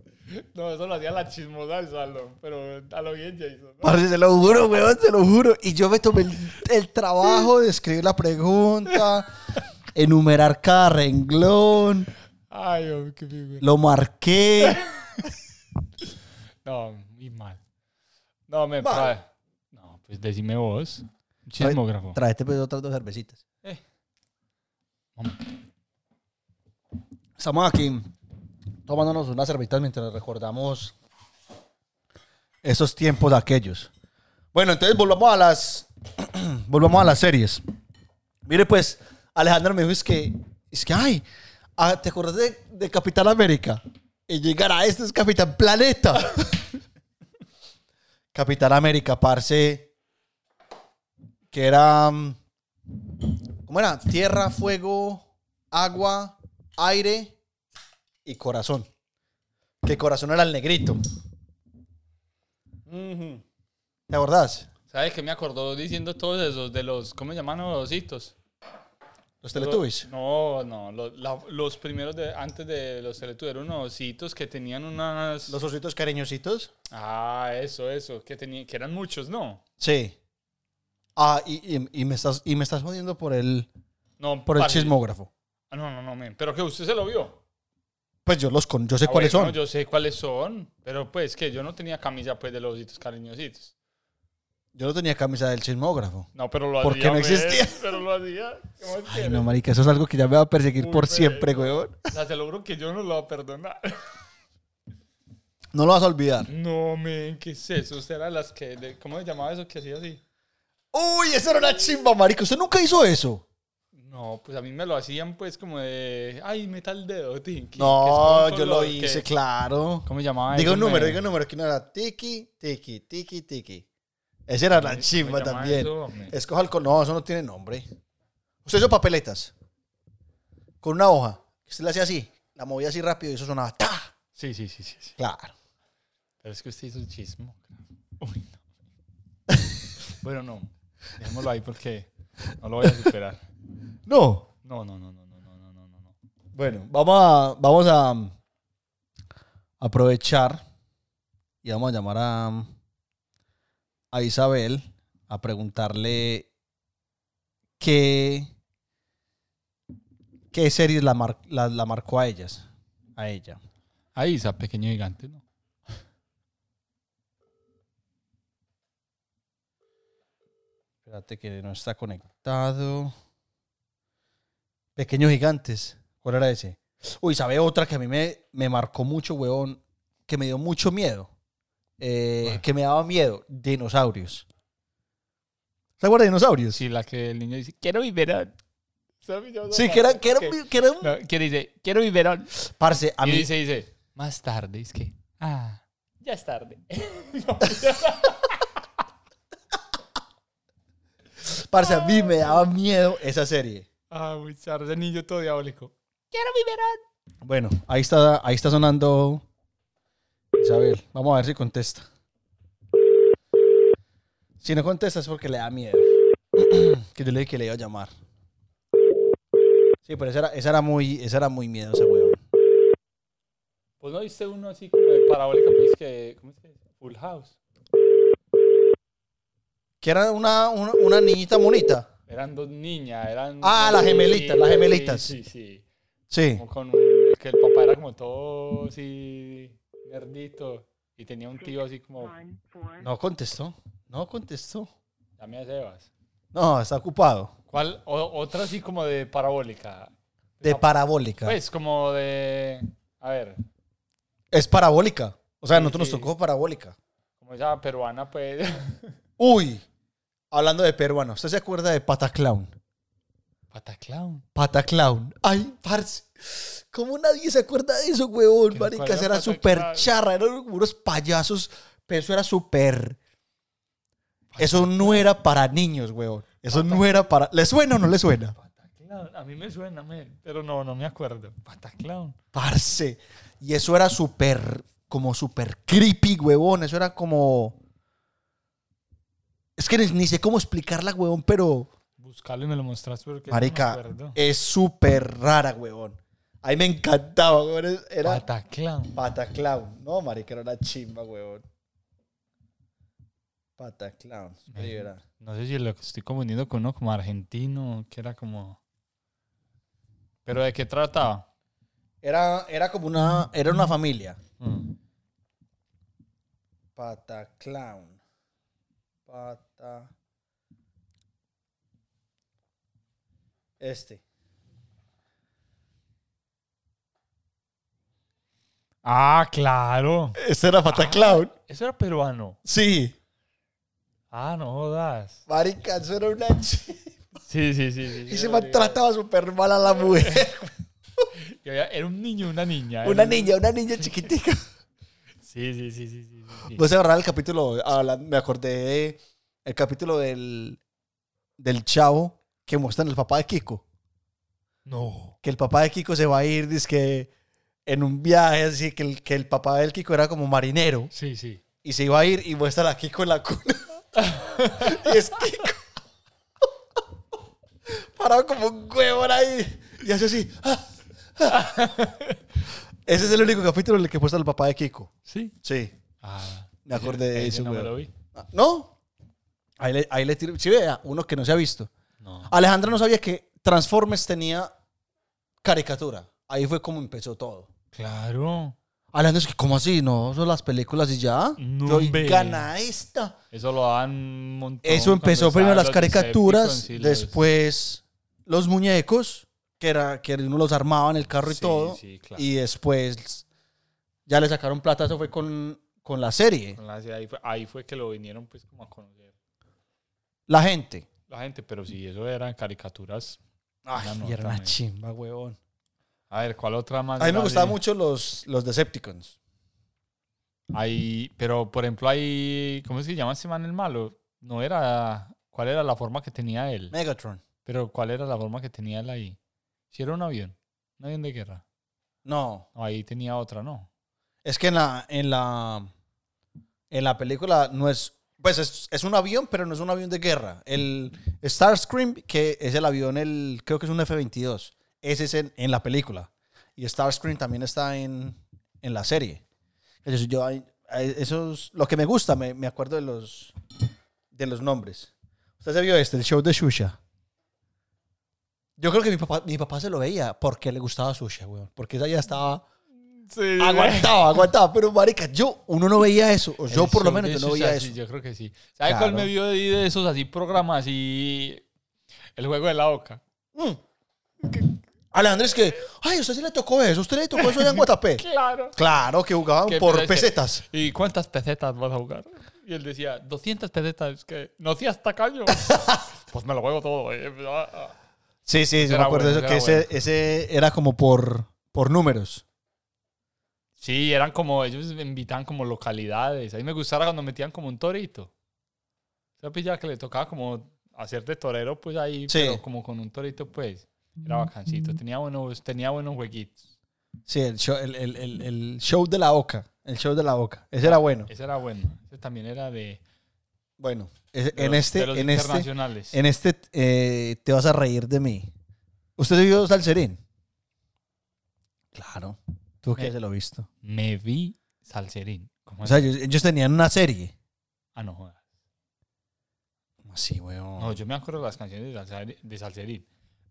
S2: No, eso lo hacía la chismosa del salón, pero a lo bien Jason. ¿no?
S1: Parce, se lo juro, weón, se lo juro. Y yo me tomé el, el trabajo de escribir la pregunta, enumerar cada renglón,
S2: Ay, hombre, qué figura.
S1: lo marqué.
S2: No, muy mal. No, me
S1: Mal.
S2: trae. No, pues decime vos. Un chismógrafo.
S1: Traete pues otras dos cervecitas.
S2: Eh.
S1: Estamos aquí tomándonos unas cervecitas mientras recordamos esos tiempos aquellos. Bueno, entonces volvamos a las <clears throat> volvamos a las series. Mire pues, Alejandro me dijo es que es que ay, ah, ¿te acordás de, de Capitán América? Y llegar a este es Capitán Planeta. <laughs> Capitán América, parce que era mm, ¿Cómo era? Tierra, fuego, agua, aire y corazón. Que corazón era el negrito. ¿Te acordás?
S2: ¿Sabes qué me acordó diciendo todos esos de los, ¿cómo se llaman los ositos?
S1: Los Teletubbies.
S2: No, no, los, la- los primeros de, antes de los Teletubbies eran unos ositos que tenían unas...
S1: Los ositos cariñositos.
S2: Ah, eso, eso, que, tenían, que eran muchos, ¿no?
S1: Sí. Ah, y, y- y me estás, y me estás jodiendo por el,
S2: No,
S1: por el
S2: parce-
S1: chismógrafo.
S2: Ah, No, no, no, men, pero que usted se lo vio.
S1: Pues yo los con, yo sé
S2: Ah,
S1: cuáles
S2: bueno,
S1: son.
S2: Yo sé cuáles son, pero pues que yo no tenía camisa pues de los ositos cariñositos.
S1: Yo no tenía camisa del chismógrafo.
S2: No, pero lo
S1: ¿Por
S2: hacía.
S1: qué no
S2: men,
S1: existía?
S2: Pero lo hacía. ¿Cómo es
S1: Ay,
S2: que
S1: no,
S2: no?
S1: marica, eso es algo que ya me va a perseguir
S2: Uy,
S1: por
S2: güey.
S1: siempre, weón.
S2: O sea, te lo juro que yo no lo voy a perdonar.
S1: No lo vas a olvidar.
S2: No, men, ¿qué es eso? Usted era las que. de- ¿Cómo se llamaba eso que hacía así?
S1: Uy, eso era una chimba, marica. Usted nunca hizo eso.
S2: No, pues a mí me lo hacían, pues, como de. Ay, meta el dedo, Tinky.
S1: No, yo lo hice, claro.
S2: ¿Cómo se llamaba
S1: Diga
S2: eso,
S1: un número,
S2: men?
S1: diga un número. que no era tiki, tiki, tiki, tiki. Esa era la
S2: ¿Cómo se
S1: chimba
S2: llamaba
S1: también.
S2: eso, men?
S1: Escoja el... co- No, eso no tiene nombre. Usted hizo papeletas. Con una hoja. Usted la hacía así. La movía así rápido y eso sonaba. ¡Ta!
S2: Sí, sí, sí, sí, sí.
S1: Claro.
S2: Pero es que usted hizo un chismo. Uy, no. <laughs> bueno, no. Dejémoslo ahí porque no lo voy a superar.
S1: No.
S2: No, no, no, no, no, no, no, no, no, no.
S1: Bueno, vamos a, vamos a um, mm, aprovechar y vamos a llamar a, mm, a Isabel a preguntarle qué, qué series la, mar- la- la marcó a ellas, a ella.
S2: Ahí está pequeño gigante, ¿no?
S1: Espérate que no está conectado. Pequeños Gigantes. ¿Cuál era ese? Uy, ¿sabe otra que a mí me, me marcó mucho, huevón? Que me dio mucho miedo. Eh,
S2: ¿Cuál?
S1: Que me daba miedo. Dinosaurios. ¿Se acuerdan de dinosaurios?
S2: Sí, la que el niño dice, quiero biberón.
S1: Sí, que era, que era, que era un...
S2: No, que dice, quiero biberón.
S1: Parce, a
S2: y
S1: mí...
S2: dice, dice, más tarde, es que, ah, ya es tarde. <laughs>
S1: Parce, a mí me daba miedo esa serie.
S2: ah, muy tarde, ese niño todo diabólico. Quiero biberón.
S1: Bueno, ahí está, ahí está sonando Isabel. Vamos a ver si contesta. Si no contesta es porque le da miedo. <clears throat> que yo le dije que le iba a llamar. Sí, pero esa era, esa era muy, esa era muy miedosa, weón.
S2: Pues no viste uno así como de parabólica, pues que, ¿cómo es que? es? Full House.
S1: Que era una, una, una niñita bonita.
S2: Eran dos niñas, eran...
S1: Ah, las gemelitas, las
S2: Sí,
S1: gemelitas.
S2: Sí, sí.
S1: Sí.
S2: Como con un- que el papá era como todo así, nerdito. Y tenía un tío así como,
S1: No contestó. No contestó.
S2: llame a Sebas.
S1: No, está ocupado.
S2: ¿Cuál? O- otra así como de parabólica.
S1: De
S2: Esa-
S1: parabólica.
S2: Pues como de. A ver,
S1: es parabólica. O sea,
S2: Sí,
S1: nosotros
S2: sí.
S1: nos tocó parabólica.
S2: como esa peruana, pues. <laughs>
S1: Uy, hablando de peruano, ¿usted se acuerda de Pataclown?
S2: Pataclown.
S1: Pataclown. Ay, parce. ¿Cómo nadie se acuerda de eso, huevón?
S2: ¿Qué
S1: Maricas,
S2: recuerda
S1: era
S2: Pataclown?
S1: súper charra. Eran como unos payasos. Pero eso era súper... Eso no era para niños, huevón. Eso no era para... ¿Le suena o no le suena?
S2: Pataclown. A mí me suena, men, pero no, no me acuerdo. Pataclown.
S1: Parce. Y eso era súper... Como súper creepy, huevón. Eso era como... Es que ni, ni sé cómo explicarla, huevón, pero...
S2: Buscalo y me lo mostraste porque
S1: Marica, eh,
S2: no me acuerdo.
S1: es súper rara, huevón. A mí me encantaba, huevón. Es- Era
S2: Pataclown.
S1: Pataclown. No, marica, era una chimba, huevón. Pataclown. Sí, era.
S2: No sé si lo que estoy confundiendo con uno como argentino, que era como. ¿Pero de qué trataba?
S1: Era, era como una... Era una familia.
S2: Mm.
S1: Pataclown. Pata... Este.
S2: Ah, claro.
S1: Este era Pataclown.
S2: Eso era peruano.
S1: Sí.
S2: Ah, no jodas.
S1: Marica, eso era una chimba.
S2: Sí, sí, sí. sí,
S1: Y
S2: sí,
S1: se
S2: marica.
S1: maltrataba súper mal a la mujer.
S2: Y había- Era un niño, una niña.
S1: Una
S2: era-
S1: niña, una niña chiquitica.
S2: Sí, sí, sí, sí, sí, sí, sí.
S1: Vos ahorrar Pues el capítulo, habla- me acordé de el capítulo del, del chavo que muestran el papá de Kiko.
S2: No.
S1: Que el papá de Kiko se va a ir, dice que en un viaje, así que el, que el papá del Kiko era como marinero
S2: Sí, sí.
S1: y se iba a ir y muestran a Kiko en la cuna. <laughs> y es Kiko. Parado como un huevo ahí y hace así. ah, Ese es el único capítulo en el que muestran el papá de Kiko.
S2: Sí.
S1: Sí.
S2: Ah,
S1: Me acordé de
S2: ese
S1: eso,
S2: No me
S1: weón.
S2: lo vi.
S1: Ah, ¿No? Ahí le, ahí le tiro. Sí, vea, uno que no se ha visto.
S2: No.
S1: Alejandra no sabía que Transformers tenía caricatura. Ahí fue como empezó todo.
S2: Claro.
S1: Alejandra es que, ¿cómo así? No, son las películas y ya.
S2: No,
S1: Yo,
S2: hombre.
S1: gana esta.
S2: Eso lo dan un montón.
S1: Eso empezó
S2: cuando
S1: primero
S2: estaban
S1: las
S2: los
S1: caricaturas,
S2: Decepticons y los-
S1: después los muñecos, que, era, que uno los armaba en el carro y
S2: Sí,
S1: todo.
S2: sí, claro.
S1: Y después ya le sacaron plata, eso fue con, con la serie.
S2: con las- ahí, fue, ahí fue que lo vinieron pues como a conocer
S1: La gente.
S2: la gente, pero sí, eso eran caricaturas.
S1: Ay,
S2: no,
S1: y era una
S2: también.
S1: chimba, huevón.
S2: A ver, ¿cuál otra más?
S1: A mí me
S2: más
S1: gustaban
S2: de-
S1: mucho los, los Decepticons.
S2: Ahí, pero por ejemplo ahí, ¿cómo es que se llama ese man el malo? No era, ¿cuál era la forma que tenía él?
S1: Megatron.
S2: Pero ¿cuál era la forma que tenía él ahí? Si era un avión, un avión de guerra.
S1: No.
S2: No, ahí tenía otra, ¿no?
S1: Es que en la, en la, en la película no es. Pues es, es un avión, pero no es un avión de guerra. El Starscream, que es el avión, el, creo que es un F-22. Ese es en, en la película. Y Starscream también está en, en la serie. Entonces, yo, ay, eh, eso es lo que me gusta, me, me acuerdo de los, de los nombres. Usted se vio este, el show de Shusha. Yo creo que mi papá, mi papá se lo veía porque le gustaba Shusha, weón. Porque ella ya estaba...
S2: Sí,
S1: Aguantaba, aguantaba. Pero, marica, yo, uno no veía eso. O yo,
S2: El
S1: por lo
S2: show
S1: menos,
S2: de
S1: yo no
S2: esos
S1: veía
S2: así,
S1: eso.
S2: Yo creo que sí. ¿Sabes cuál
S1: Claro.
S2: me vio ahí de esos así programas y el juego de la boca?
S1: Mm. Alejandro, es que, ay, usted sí le tocó eso, usted le tocó eso allá en Guatapé.
S2: <laughs> Claro.
S1: Claro, que jugaban
S2: Que,
S1: por
S2: pero es que-
S1: pesetas.
S2: ¿Y cuántas pesetas vas a jugar? Y él decía, 200 pesetas, que no
S1: <laughs>
S2: seas tacaño. pues me lo juego todo. eh. Ah, ah.
S1: Sí, sí, yo
S2: Era
S1: me acuerdo
S2: bueno,
S1: eso,
S2: era
S1: que ese, ese era como por, por números.
S2: Sí, eran como, ellos invitaban como localidades. A mí me gustaba cuando metían como un torito. Esa pilla que le tocaba como hacer de torero, pues ahí,
S1: Sí.
S2: pero como con un torito, pues. Era bacancito. Tenía buenos, tenía buenos jueguitos.
S1: Sí, el show, el, el- el- el show de la oca. El show de la oca. Ese era bueno.
S2: Ese era bueno. Ese también era de,
S1: Bueno, ese-
S2: de
S1: en
S2: los-
S1: este,
S2: de los
S1: en este,
S2: internacionales.
S1: en este eh, te vas a reír de mí. ¿Usted vio Salserín? Claro. Tú que
S2: Me-
S1: se lo visto.
S2: Me vi Salserín. ¿Cómo
S1: O
S2: es?
S1: sea, ellos, ellos tenían una serie.
S2: ah, no, joda.
S1: ¿Cómo así, weón?
S2: No, yo me acuerdo de las canciones de Salserín. De Salserín.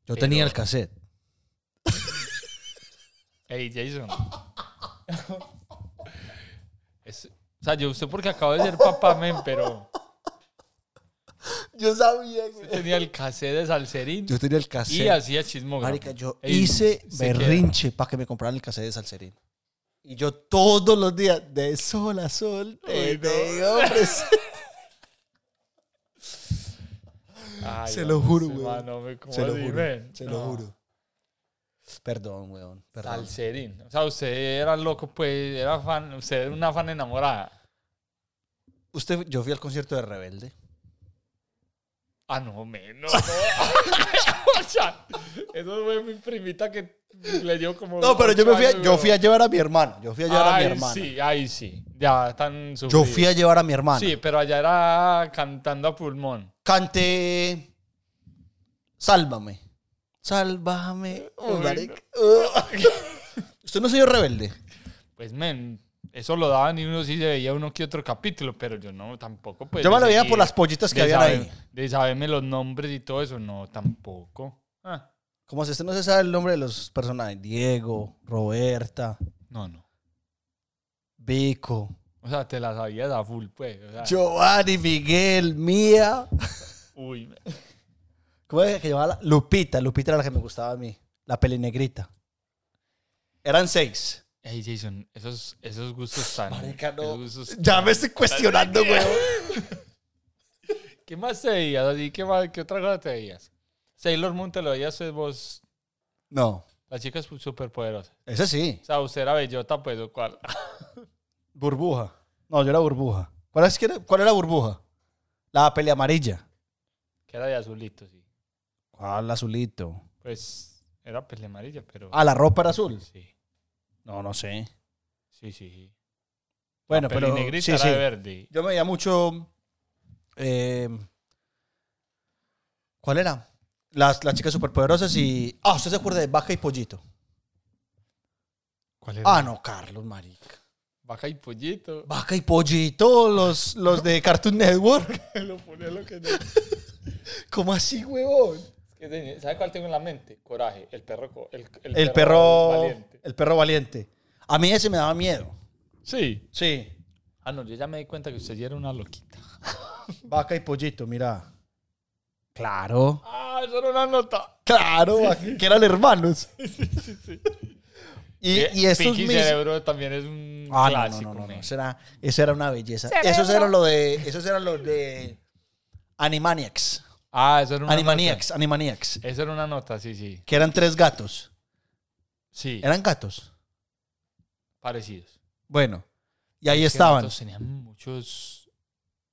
S1: Yo
S2: Pero-
S1: tenía el cassette.
S2: Hey, Jason. Es- o sea, yo usted porque acabo de ser papá, men, pero
S1: Yo sabía,
S2: usted tenía el cassette de Salserín
S1: Yo tenía el
S2: y
S1: cassette.
S2: hacía chismo.
S1: Marica, yo
S2: Ey,
S1: hice
S2: se queda.
S1: berrinche para que me compraran el cassette de Salserín. Y yo todos los días, de sol a sol, te
S2: Uy, no.
S1: tengo <laughs> presente.
S2: Ay,
S1: se lo juro,
S2: ese
S1: güey.
S2: mano, men, ¿cómo
S1: Se lo
S2: así,
S1: juro.
S2: men?
S1: Se lo
S2: No.
S1: juro. Perdón, weón. Perdón.
S2: Salserín. O sea, usted era loco, pues, era fan, usted era una fan enamorada.
S1: Usted, yo fui al concierto de Rebelde.
S2: Ah,
S1: <laughs>
S2: no, menos. <laughs> No. O sea, Eso fue mi primita que le dio como.
S1: No, pero yo me fui a,
S2: ocho
S1: yo
S2: años,
S1: fui a llevar a mi hermano. Yo fui a
S2: güey.
S1: llevar a mi
S2: Ay,
S1: hermano.
S2: sí, ahí sí. Ya, tan
S1: Yo fui a llevar a mi hermano.
S2: Sí, pero allá era cantando a pulmón.
S1: Canté. Sálvame. Sálvame. Uy,
S2: Uy,
S1: marica. <laughs> ¿Usted no soy rebelde?
S2: Pues, men, eso lo daban y uno sí se veía uno que otro capítulo, pero yo no, tampoco. Pues,
S1: Yo me
S2: de
S1: lo veía
S2: seguir,
S1: por las pollitas que
S2: de
S1: habían
S2: saber-
S1: ahí.
S2: De saberme los nombres y todo eso, no, tampoco. Ah,
S1: Como si usted no se sabe el nombre de los personajes. Diego, Roberta,
S2: no, no.
S1: Vico,
S2: O sea, te las sabías a full, pues. o sea,
S1: Giovanni, Miguel, Mía.
S2: Uy, men.
S1: ¿Cómo es que llamaba? la- Lupita. Lupita era la que me gustaba a mí. La pelinegrita. Eran seis.
S2: Ey, Jason, esos, esos gustos tan.
S1: Marica, no.
S2: esos gustos
S1: Ya
S2: tan-
S1: me estoy cuestionando, güey.
S2: ¿Qué más te veías? Así, ¿qué, más, ¿Qué otra cosa te veías? Sailor Moon te lo veías pues, vos,
S1: No,
S2: la chica es superpoderosa.
S1: ese sí.
S2: O sea, usted era bellota, pues, o cual. <laughs>
S1: Burbuja. No, yo era burbuja. ¿Cuál, es que era, cuál era burbuja? La peli amarilla.
S2: Que era de azulito, sí.
S1: ¿Cuál azulito?
S2: Pues era pele amarilla, pero.
S1: Ah, la ropa era azul.
S2: Sí,
S1: No, no sé.
S2: sí, sí. sí.
S1: Bueno,
S2: Peli
S1: pero.
S2: negrita
S1: sí,
S2: era
S1: sí.
S2: de verde.
S1: Yo me veía mucho. eh, ¿Cuál era? Las, las chicas superpoderosas y. Ah, ¿usted se acuerda de Vaca y Pollito?
S2: ¿Cuál era?
S1: Ah, no, Carlos, marica.
S2: Vaca y pollito. <laughs>
S1: Vaca y Pollito, los, los de Cartoon Network. <laughs>
S2: lo ponía lo que tenía.
S1: ¿Cómo así, huevón?
S2: ¿Sabes cuál tengo en la mente? Coraje, el perro. co- El, el
S1: El perro.
S2: valiente.
S1: El perro valiente. A mí ese me daba miedo.
S2: Sí.
S1: Sí.
S2: Ah, no, yo ya me di cuenta que usted ya era una loquita.
S1: Vaca y Pollito, mira. Claro.
S2: Ah, eso era una nota.
S1: Claro, vaca- que eran hermanos. Y,
S2: Eh,
S1: y estos
S2: Pinky
S1: mis-
S2: Cerebro también es un
S1: Ah, no,
S2: clásico.
S1: no, no, no, no.
S2: men.
S1: Eso era, eso era una belleza. Esos eran los de, esos eran los de Animaniacs.
S2: Ah, eso era una
S1: Animaniacs, Animaniacs.
S2: nota. Eso era una nota, sí, sí.
S1: Que eran tres gatos.
S2: Sí,
S1: Eran gatos.
S2: parecidos.
S1: Bueno. Y ahí
S2: Es que
S1: estaban.
S2: Nosotros teníamos muchos.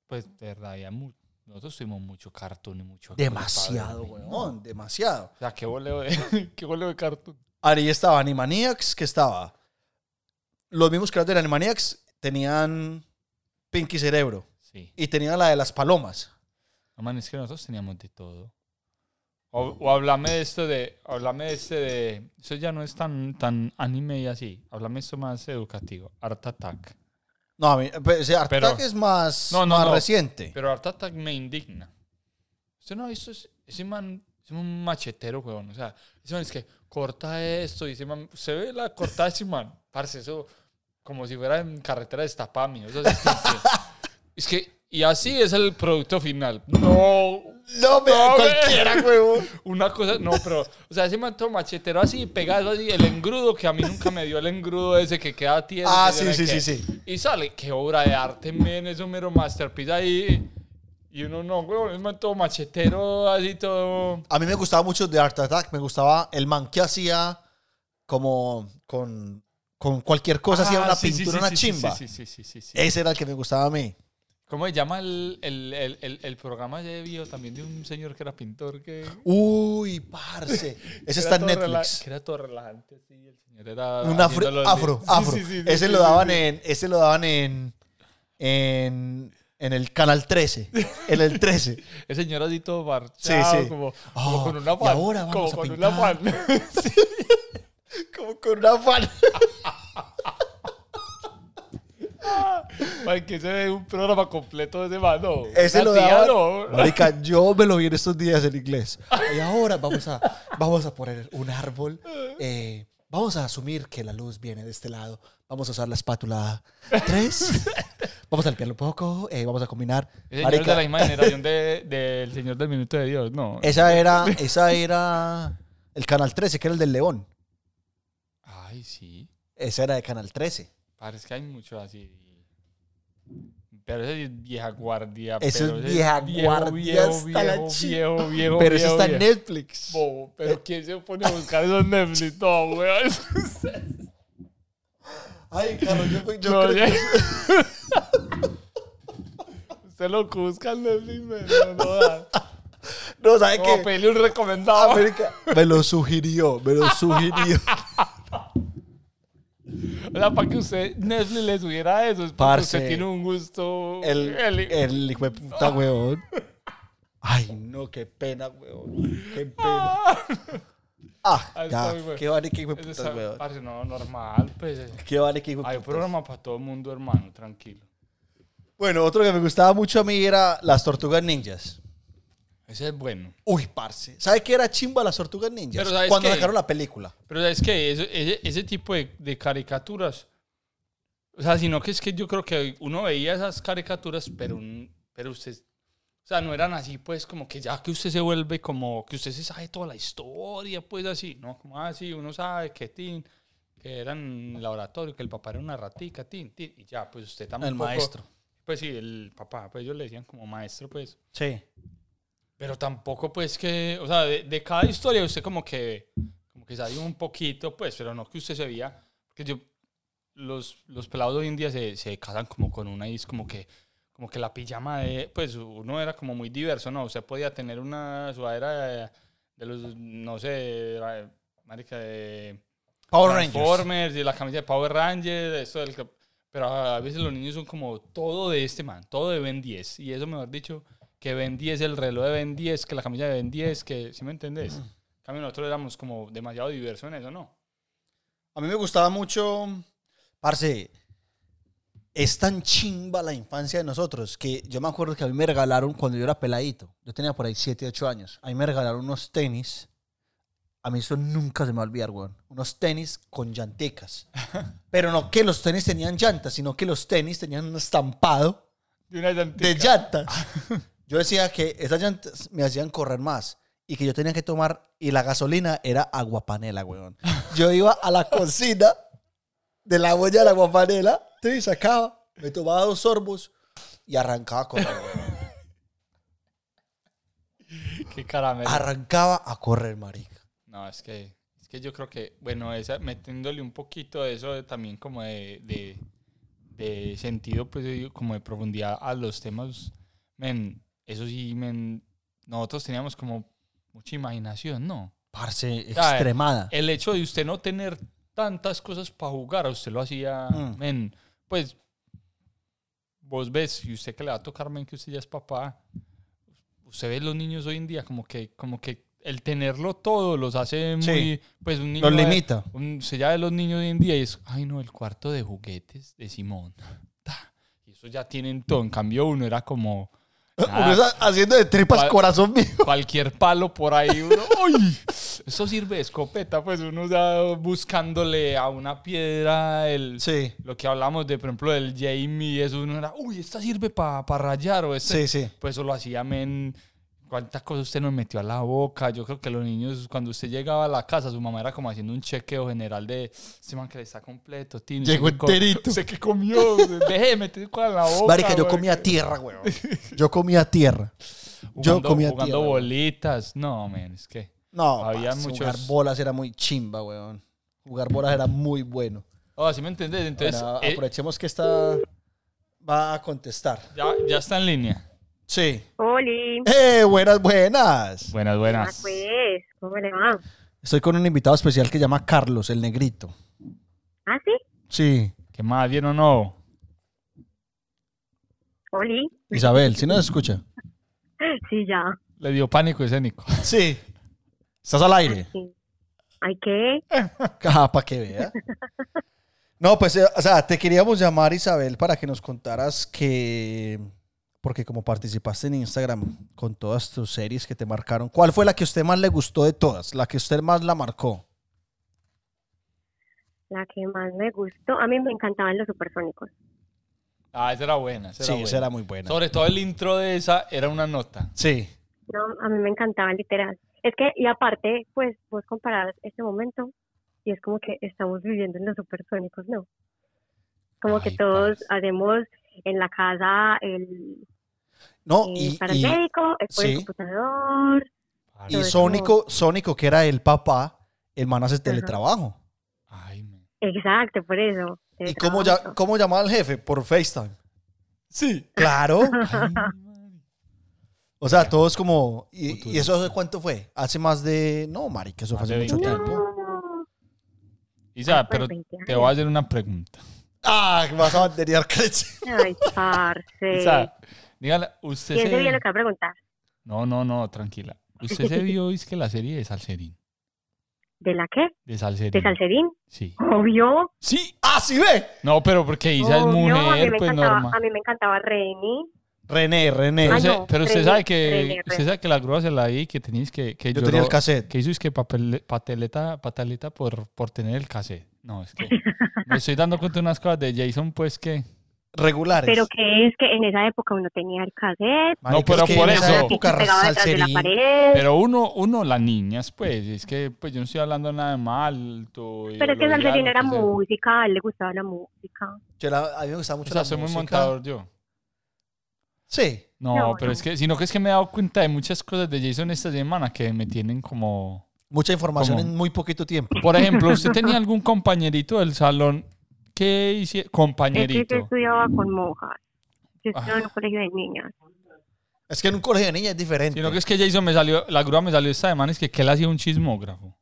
S2: Pues de verdad, había mu- nosotros tuvimos mucho cartoon y mucho. actor,
S1: Demasiado,
S2: padre, ¿no?
S1: weón. Demasiado.
S2: O sea, qué voleo de, <laughs> qué voleo de cartoon.
S1: Ahí estaba Animaniacs, que estaba. Los mismos creadores de Animaniacs tenían Pinky Cerebro.
S2: Sí.
S1: Y tenían la de las palomas.
S2: No, man, es que nosotros teníamos de todo. O, o háblame de esto de. Háblame de este de. Eso ya no es tan, tan anime y así. Háblame esto más educativo. Art Attack.
S1: No, a mí, pues, ese Art
S2: Pero-
S1: Attack es más,
S2: No, no,
S1: más
S2: no.
S1: reciente.
S2: Pero Art Attack me indigna. Usted no ha visto ese, ese man, es un machetero, weón. O sea, ese man es que corta esto y ese man, se ve la cortada de ese man, parce, eso como si fuera en carretera de Estapami. O sea, es, que, es que, y así es el producto final. No,
S1: no, me,
S2: No, <laughs>
S1: cualquiera, huevón.
S2: una cosa, no, pero, o sea, ese man todo machetero así, pegado así, el engrudo que a mí nunca me dio el engrudo ese que queda tieso.
S1: Ah,
S2: que yo
S1: sí, sí,
S2: no sé qué.
S1: sí, sí.
S2: Y sale, qué obra de arte, men, es un mero masterpiece ahí. Y uno no, weón, es man todo machetero, así todo.
S1: A mí me gustaba mucho de Art Attack. Me gustaba el man que hacía como con, con cualquier cosa, hacía
S2: Ah,
S1: una
S2: sí, sí,
S1: pintura,
S2: sí,
S1: una
S2: sí, sí,
S1: chimba.
S2: Sí, sí, sí, sí, sí.
S1: Ese era el que me gustaba a mí.
S2: ¿Cómo se llama el, el, el, el, el programa de viejo también de un señor que era pintor que.
S1: Uy,
S2: <laughs>
S1: parce. Ese
S2: que
S1: está
S2: era
S1: en
S2: todo rela-
S1: Netflix.
S2: Que era todo relajante, sí, el señor era.
S1: Un afro,
S2: haciéndolo-
S1: afro,
S2: Sí,
S1: afro.
S2: sí, sí, sí,
S1: ese
S2: sí,
S1: lo
S2: sí,
S1: daban
S2: sí.
S1: en, ese lo daban en, en, en el canal 13, en el
S2: <laughs>
S1: 13.
S2: El señor así todo
S1: Sí,
S2: parchado,
S1: sí.
S2: como,
S1: Oh,
S2: como con
S1: y
S2: una pan.
S1: ahora vamos
S2: como
S1: a
S2: con
S1: pintar.
S2: una <laughs> pan.
S1: Como con una fan.
S2: Para que se ve un programa completo de ese mano.
S1: Ese lo
S2: da
S1: daban. Marica, yo me lo vi en estos días en inglés. Y ahora vamos a, vamos a poner un árbol. eh, vamos a asumir que la luz viene de este lado. Vamos a usar la espátula 3. Vamos a limpiarlo un poco. eh, vamos a combinar.
S2: El señor
S1: Marica,
S2: de la misma generación de- del señor del minuto de Dios, no.
S1: esa era, esa era el canal 13, que era el del león.
S2: Ay, sí.
S1: Esa era de Canal 13.
S2: Parece que hay mucho así. Pero ese es vieja guardia.
S1: Eso
S2: pero
S1: es
S2: ese
S1: vieja guardia hasta la
S2: viejo,
S1: chi-
S2: viejo, viejo,
S1: Pero eso
S2: viejo,
S1: está en
S2: viejo.
S1: Netflix.
S2: Bobo, pero ¿quién se pone a buscar esos Netflix? No, weón.
S1: Ay, Carlos, yo, yo
S2: No,
S1: creo que-
S2: ya- <laughs> Usted lo que busca en Netflix, men, no, no
S1: <laughs>
S2: da.
S1: No, ¿sabe
S2: Como
S1: qué? Ah,
S2: pedirle un recomendado.
S1: América me lo sugirió, me lo
S2: <laughs>
S1: sugirió.
S2: O sea, para que usted Netflix le subiera eso, es porque
S1: Parce.
S2: usted tiene un gusto.
S1: El, eh,
S2: el-
S1: el hijo de puta, weón. Ay, no, qué pena, weón. Qué
S2: <laughs>
S1: pena. Ah,
S2: Ahí está,
S1: ya.
S2: weón.
S1: Qué vale que hijo de
S2: Eso
S1: puta,
S2: está-
S1: weón.
S2: parce, no, normal, pues.
S1: Qué vale que hijo de
S2: Hay un
S1: puta.
S2: programa para todo el mundo, hermano, tranquilo.
S1: Bueno, otro que me gustaba mucho a mí era Las Tortugas Ninjas.
S2: Ese es bueno.
S1: Uy, parce. ¿Sabe qué era chimba Las Tortugas Ninjas?
S2: Pero ¿sabes
S1: Cuando
S2: qué?
S1: sacaron la película.
S2: Pero es que ese, ese tipo de, de caricaturas, o sea, sino que es que yo creo que uno veía esas caricaturas, pero, un- pero usted, o sea, no eran así, pues, como que ya que usted se vuelve como que usted se sabe toda la historia, pues así, ¿no? Como así, uno sabe que tin, que eran en el laboratorio, que el papá era una ratica, tin, tin, y ya, pues usted también.
S1: maestro.
S2: Pues sí, el papá, pues ellos le decían como maestro, pues.
S1: Sí.
S2: Pero tampoco, pues, que, o sea, de, de cada historia usted como que, como que salió un poquito, pues, pero no que usted se veía, que yo, los, los pelados de hoy en día se, se casan como con una y es como que, como que la pijama de, pues, uno era como muy diverso, ¿no? Usted podía tener una sudadera de, de los, no sé, de la- marica, de
S1: Power Rangers.
S2: Transformers, de la camisa de Power Rangers, de esto del que- pero a veces los niños son como todo de este man, todo de Ben 10. Y eso, mejor dicho, que Ben 10, el reloj de Ben 10, que la camisa de Ben 10, que, ¿sí me entendés?
S1: Mm.
S2: En cambio, nosotros éramos como demasiado diversos en eso, ¿no?
S1: A mí me gustaba mucho, parce, es tan chimba la infancia de nosotros que yo me acuerdo que a mí me regalaron cuando yo era peladito, yo tenía por ahí 7, 8 años, a mí me regalaron unos tenis, a mí eso nunca se me va a olvidar, weón, unos tenis con llanticas, pero no que los tenis tenían llantas, sino que los tenis tenían un estampado
S2: De una
S1: de
S2: llantica.
S1: llantas.
S2: <laughs>
S1: Yo decía que esas llantas me hacían correr más y que yo tenía que tomar y la gasolina era aguapanela, weón. Yo iba a la cocina de la olla de la aguapanela, sí, sacaba, me tomaba dos sorbos y arrancaba a
S2: <laughs>
S1: correr. weón.
S2: Qué caramelo.
S1: Arrancaba a correr, marica.
S2: No, es que, es que yo creo que, bueno, esa, metiéndole un poquito de eso de- también como de, de- de sentido, pues de- como de profundidad a los temas, men, eso sí, men, nosotros teníamos como mucha imaginación, ¿no?
S1: Parce
S2: sea,
S1: extremada.
S2: El hecho de usted no tener tantas cosas para jugar, a usted lo hacía,
S1: Mm.
S2: men, pues, vos ves, y usted que le va a tocar, men, que usted ya es papá, usted ve los niños hoy en día como que, como que el tenerlo todo los hace
S1: Sí.
S2: muy, pues un niño...
S1: Los
S2: de-
S1: limita.
S2: un- se ya ve los niños hoy en día y es, ay no, el cuarto de juguetes de Simón. <laughs> Ta, eso ya tienen todo. En cambio, uno era como.
S1: <laughs> Uno
S2: nada,
S1: está haciendo de tripas
S2: Pa-
S1: corazón mío.
S2: cualquier palo por ahí, uno. ¡Uy! Eso sirve de escopeta, pues uno ya buscándole a una piedra el.
S1: Sí,
S2: Lo que hablamos de, por ejemplo, del Jamie, eso uno era, uy, esta sirve para rayar o este
S1: sí, sí.
S2: pues eso lo hacía men. ¿Cuántas cosas usted nos metió a la boca? Yo creo que los niños, cuando usted llegaba a la casa, su mamá era como haciendo un chequeo general de este man que le está completo, tío. no sé
S1: Llegó
S2: qué co-
S1: enterito.
S2: no sé qué comió? Deje de meter cosas en la boca.
S1: Marica, yo
S2: güey.
S1: comía tierra,
S2: <laughs>
S1: weón. Yo comía tierra. yo
S2: Jugando-
S1: comía
S2: Jugando
S1: tierra.
S2: bolitas. No, men, es que.
S1: No,
S2: Había
S1: parce,
S2: muchos-
S1: jugar bolas era muy chimba, weón. Jugar bolas era muy bueno.
S2: Oh, ¿sí me entendés? Entonces,
S1: Ahora,
S2: eh,
S1: aprovechemos que esta va a contestar.
S2: ya, ya está en línea.
S1: Sí.
S3: Oli,
S1: ¡Eh, buenas, buenas!
S2: Buenas,
S3: ah,
S2: buenas.
S3: pues, ¿cómo le va?
S1: Estoy con un invitado especial que llama Carlos, el negrito.
S3: ¿Ah, sí?
S1: Sí.
S2: ¿Qué más? ¿Bien o no?
S3: Oli, <gasps>
S1: Isabel, ¿sí nos escucha?
S3: sí, ya.
S2: Le dio pánico escénico.
S1: Sí. ¿Estás al aire?
S3: Sí. Ay, ¿qué?
S1: Ah, para que
S2: <laughs>
S1: vea. No, pues, eh, o sea, te queríamos llamar, Isabel, para que nos contaras que. Porque como participaste en Instagram con todas tus series que te marcaron, ¿cuál fue la que a usted más le gustó de todas? La que usted más la marcó.
S3: La que más me gustó. A mí me encantaban los supersónicos.
S2: <laughs> Ah, esa era buena. Esa
S1: sí,
S2: era
S1: esa
S2: buena.
S1: era muy buena.
S2: Sobre todo el intro de esa era una nota.
S1: Sí.
S3: No, a mí me encantaban, literal. Es que, y aparte, pues, vos comparás este momento y es como que estamos viviendo en los supersónicos, ¿no? Como que
S2: Ay,
S3: todos
S2: parce.
S3: hacemos en la casa el, eh,
S1: No,
S3: el
S1: Oh, y, y,
S3: paramédico, después
S1: sí.
S3: el computador.
S1: y
S3: Pero es
S1: Sónico, Sónico, que era el papá, el man hace teletrabajo.
S2: Ay, men.
S3: Exacto, por eso.
S1: ¿Y cómo, ya, cómo llamaba al jefe? Por FaceTime.
S2: Sí.
S1: Claro.
S3: <laughs>
S2: Ay, madre.
S1: O sea, todos como. ¿Y,
S2: Futuro.
S1: y eso hace cuánto fue? Hace más de. No, marica, eso fue
S2: Más
S1: hace
S2: de
S1: mucho
S2: veinte.
S1: tiempo.
S3: No.
S2: Isa,
S3: Pues,
S2: pero
S3: 20
S2: te
S3: años.
S2: voy a hacer una pregunta.
S1: Ah, vas a <laughs> banderear creche.
S3: Ay, parce.
S2: Isa, dígale, usted
S3: Piense bien lo
S2: se...
S3: que va a preguntar.
S2: No, no, no, tranquila. Usted se
S3: <laughs>
S2: vio, es que la serie de Salserín.
S3: ¿De la qué?
S2: De Salserín.
S3: ¿De Salserín?
S2: Sí.
S3: Obvio.
S1: Sí. Ah, sí ve.
S2: No, pero porque Isa es
S3: obvio. Oh, a, mí
S2: mujer,
S3: me
S2: pues
S3: encantaba,
S2: normal.
S3: a mí me encantaba Reni.
S1: René, René.
S2: Pero,
S3: Ay,
S2: usted-
S3: Ah, no,
S2: pero usted
S3: René,
S2: sabe que
S3: René,
S2: usted
S3: René.
S2: sabe que la grúa se la di que tenéis que, que
S1: yo tenía el
S2: lloró-
S1: cassette.
S2: que hizo es que papel, pateleta, pataleta por, por tener el cassette. No, es
S3: <laughs>
S2: que me estoy dando cuenta de unas cosas de Jason, pues que.
S1: Regulares.
S3: Pero que es que en esa época uno tenía el cassette.
S1: Marica,
S2: No, pero
S1: es que
S2: por
S1: en esa
S2: eso.
S1: época,
S3: se pegaba detrás de la
S1: Salserín-
S3: pared. Pero,
S2: Pero uno, uno, las niñas, pues, es que pues yo no estoy hablando nada de mal. tu
S3: es que
S2: ideología,
S3: Salserín
S2: lo pues,
S3: era
S2: sea.
S3: música, a él le gustaba la música.
S1: Yo la- a mí me gustaba mucho.
S2: O sea,
S1: la
S2: soy muy
S1: música.
S2: montador yo.
S1: Sí.
S2: No,
S3: No,
S2: pero
S3: no.
S2: es que, sino que es que me he dado cuenta de muchas cosas de Jason esta semana que me tienen como.
S1: Mucha información
S2: ¿Cómo?
S1: en muy poquito tiempo.
S2: Por ejemplo, ¿usted tenía algún compañerito del salón que hiciera.
S3: Es que yo
S2: Compañerito.
S3: estudiaba con monjas. Yo estudiaba
S2: Ah.
S3: en un colegio de niñas.
S1: Es que en un colegio de niñas es diferente.
S2: Sino que es que Jason me salió, la grúa me salió esta semana, es que, que él hacía un chismógrafo.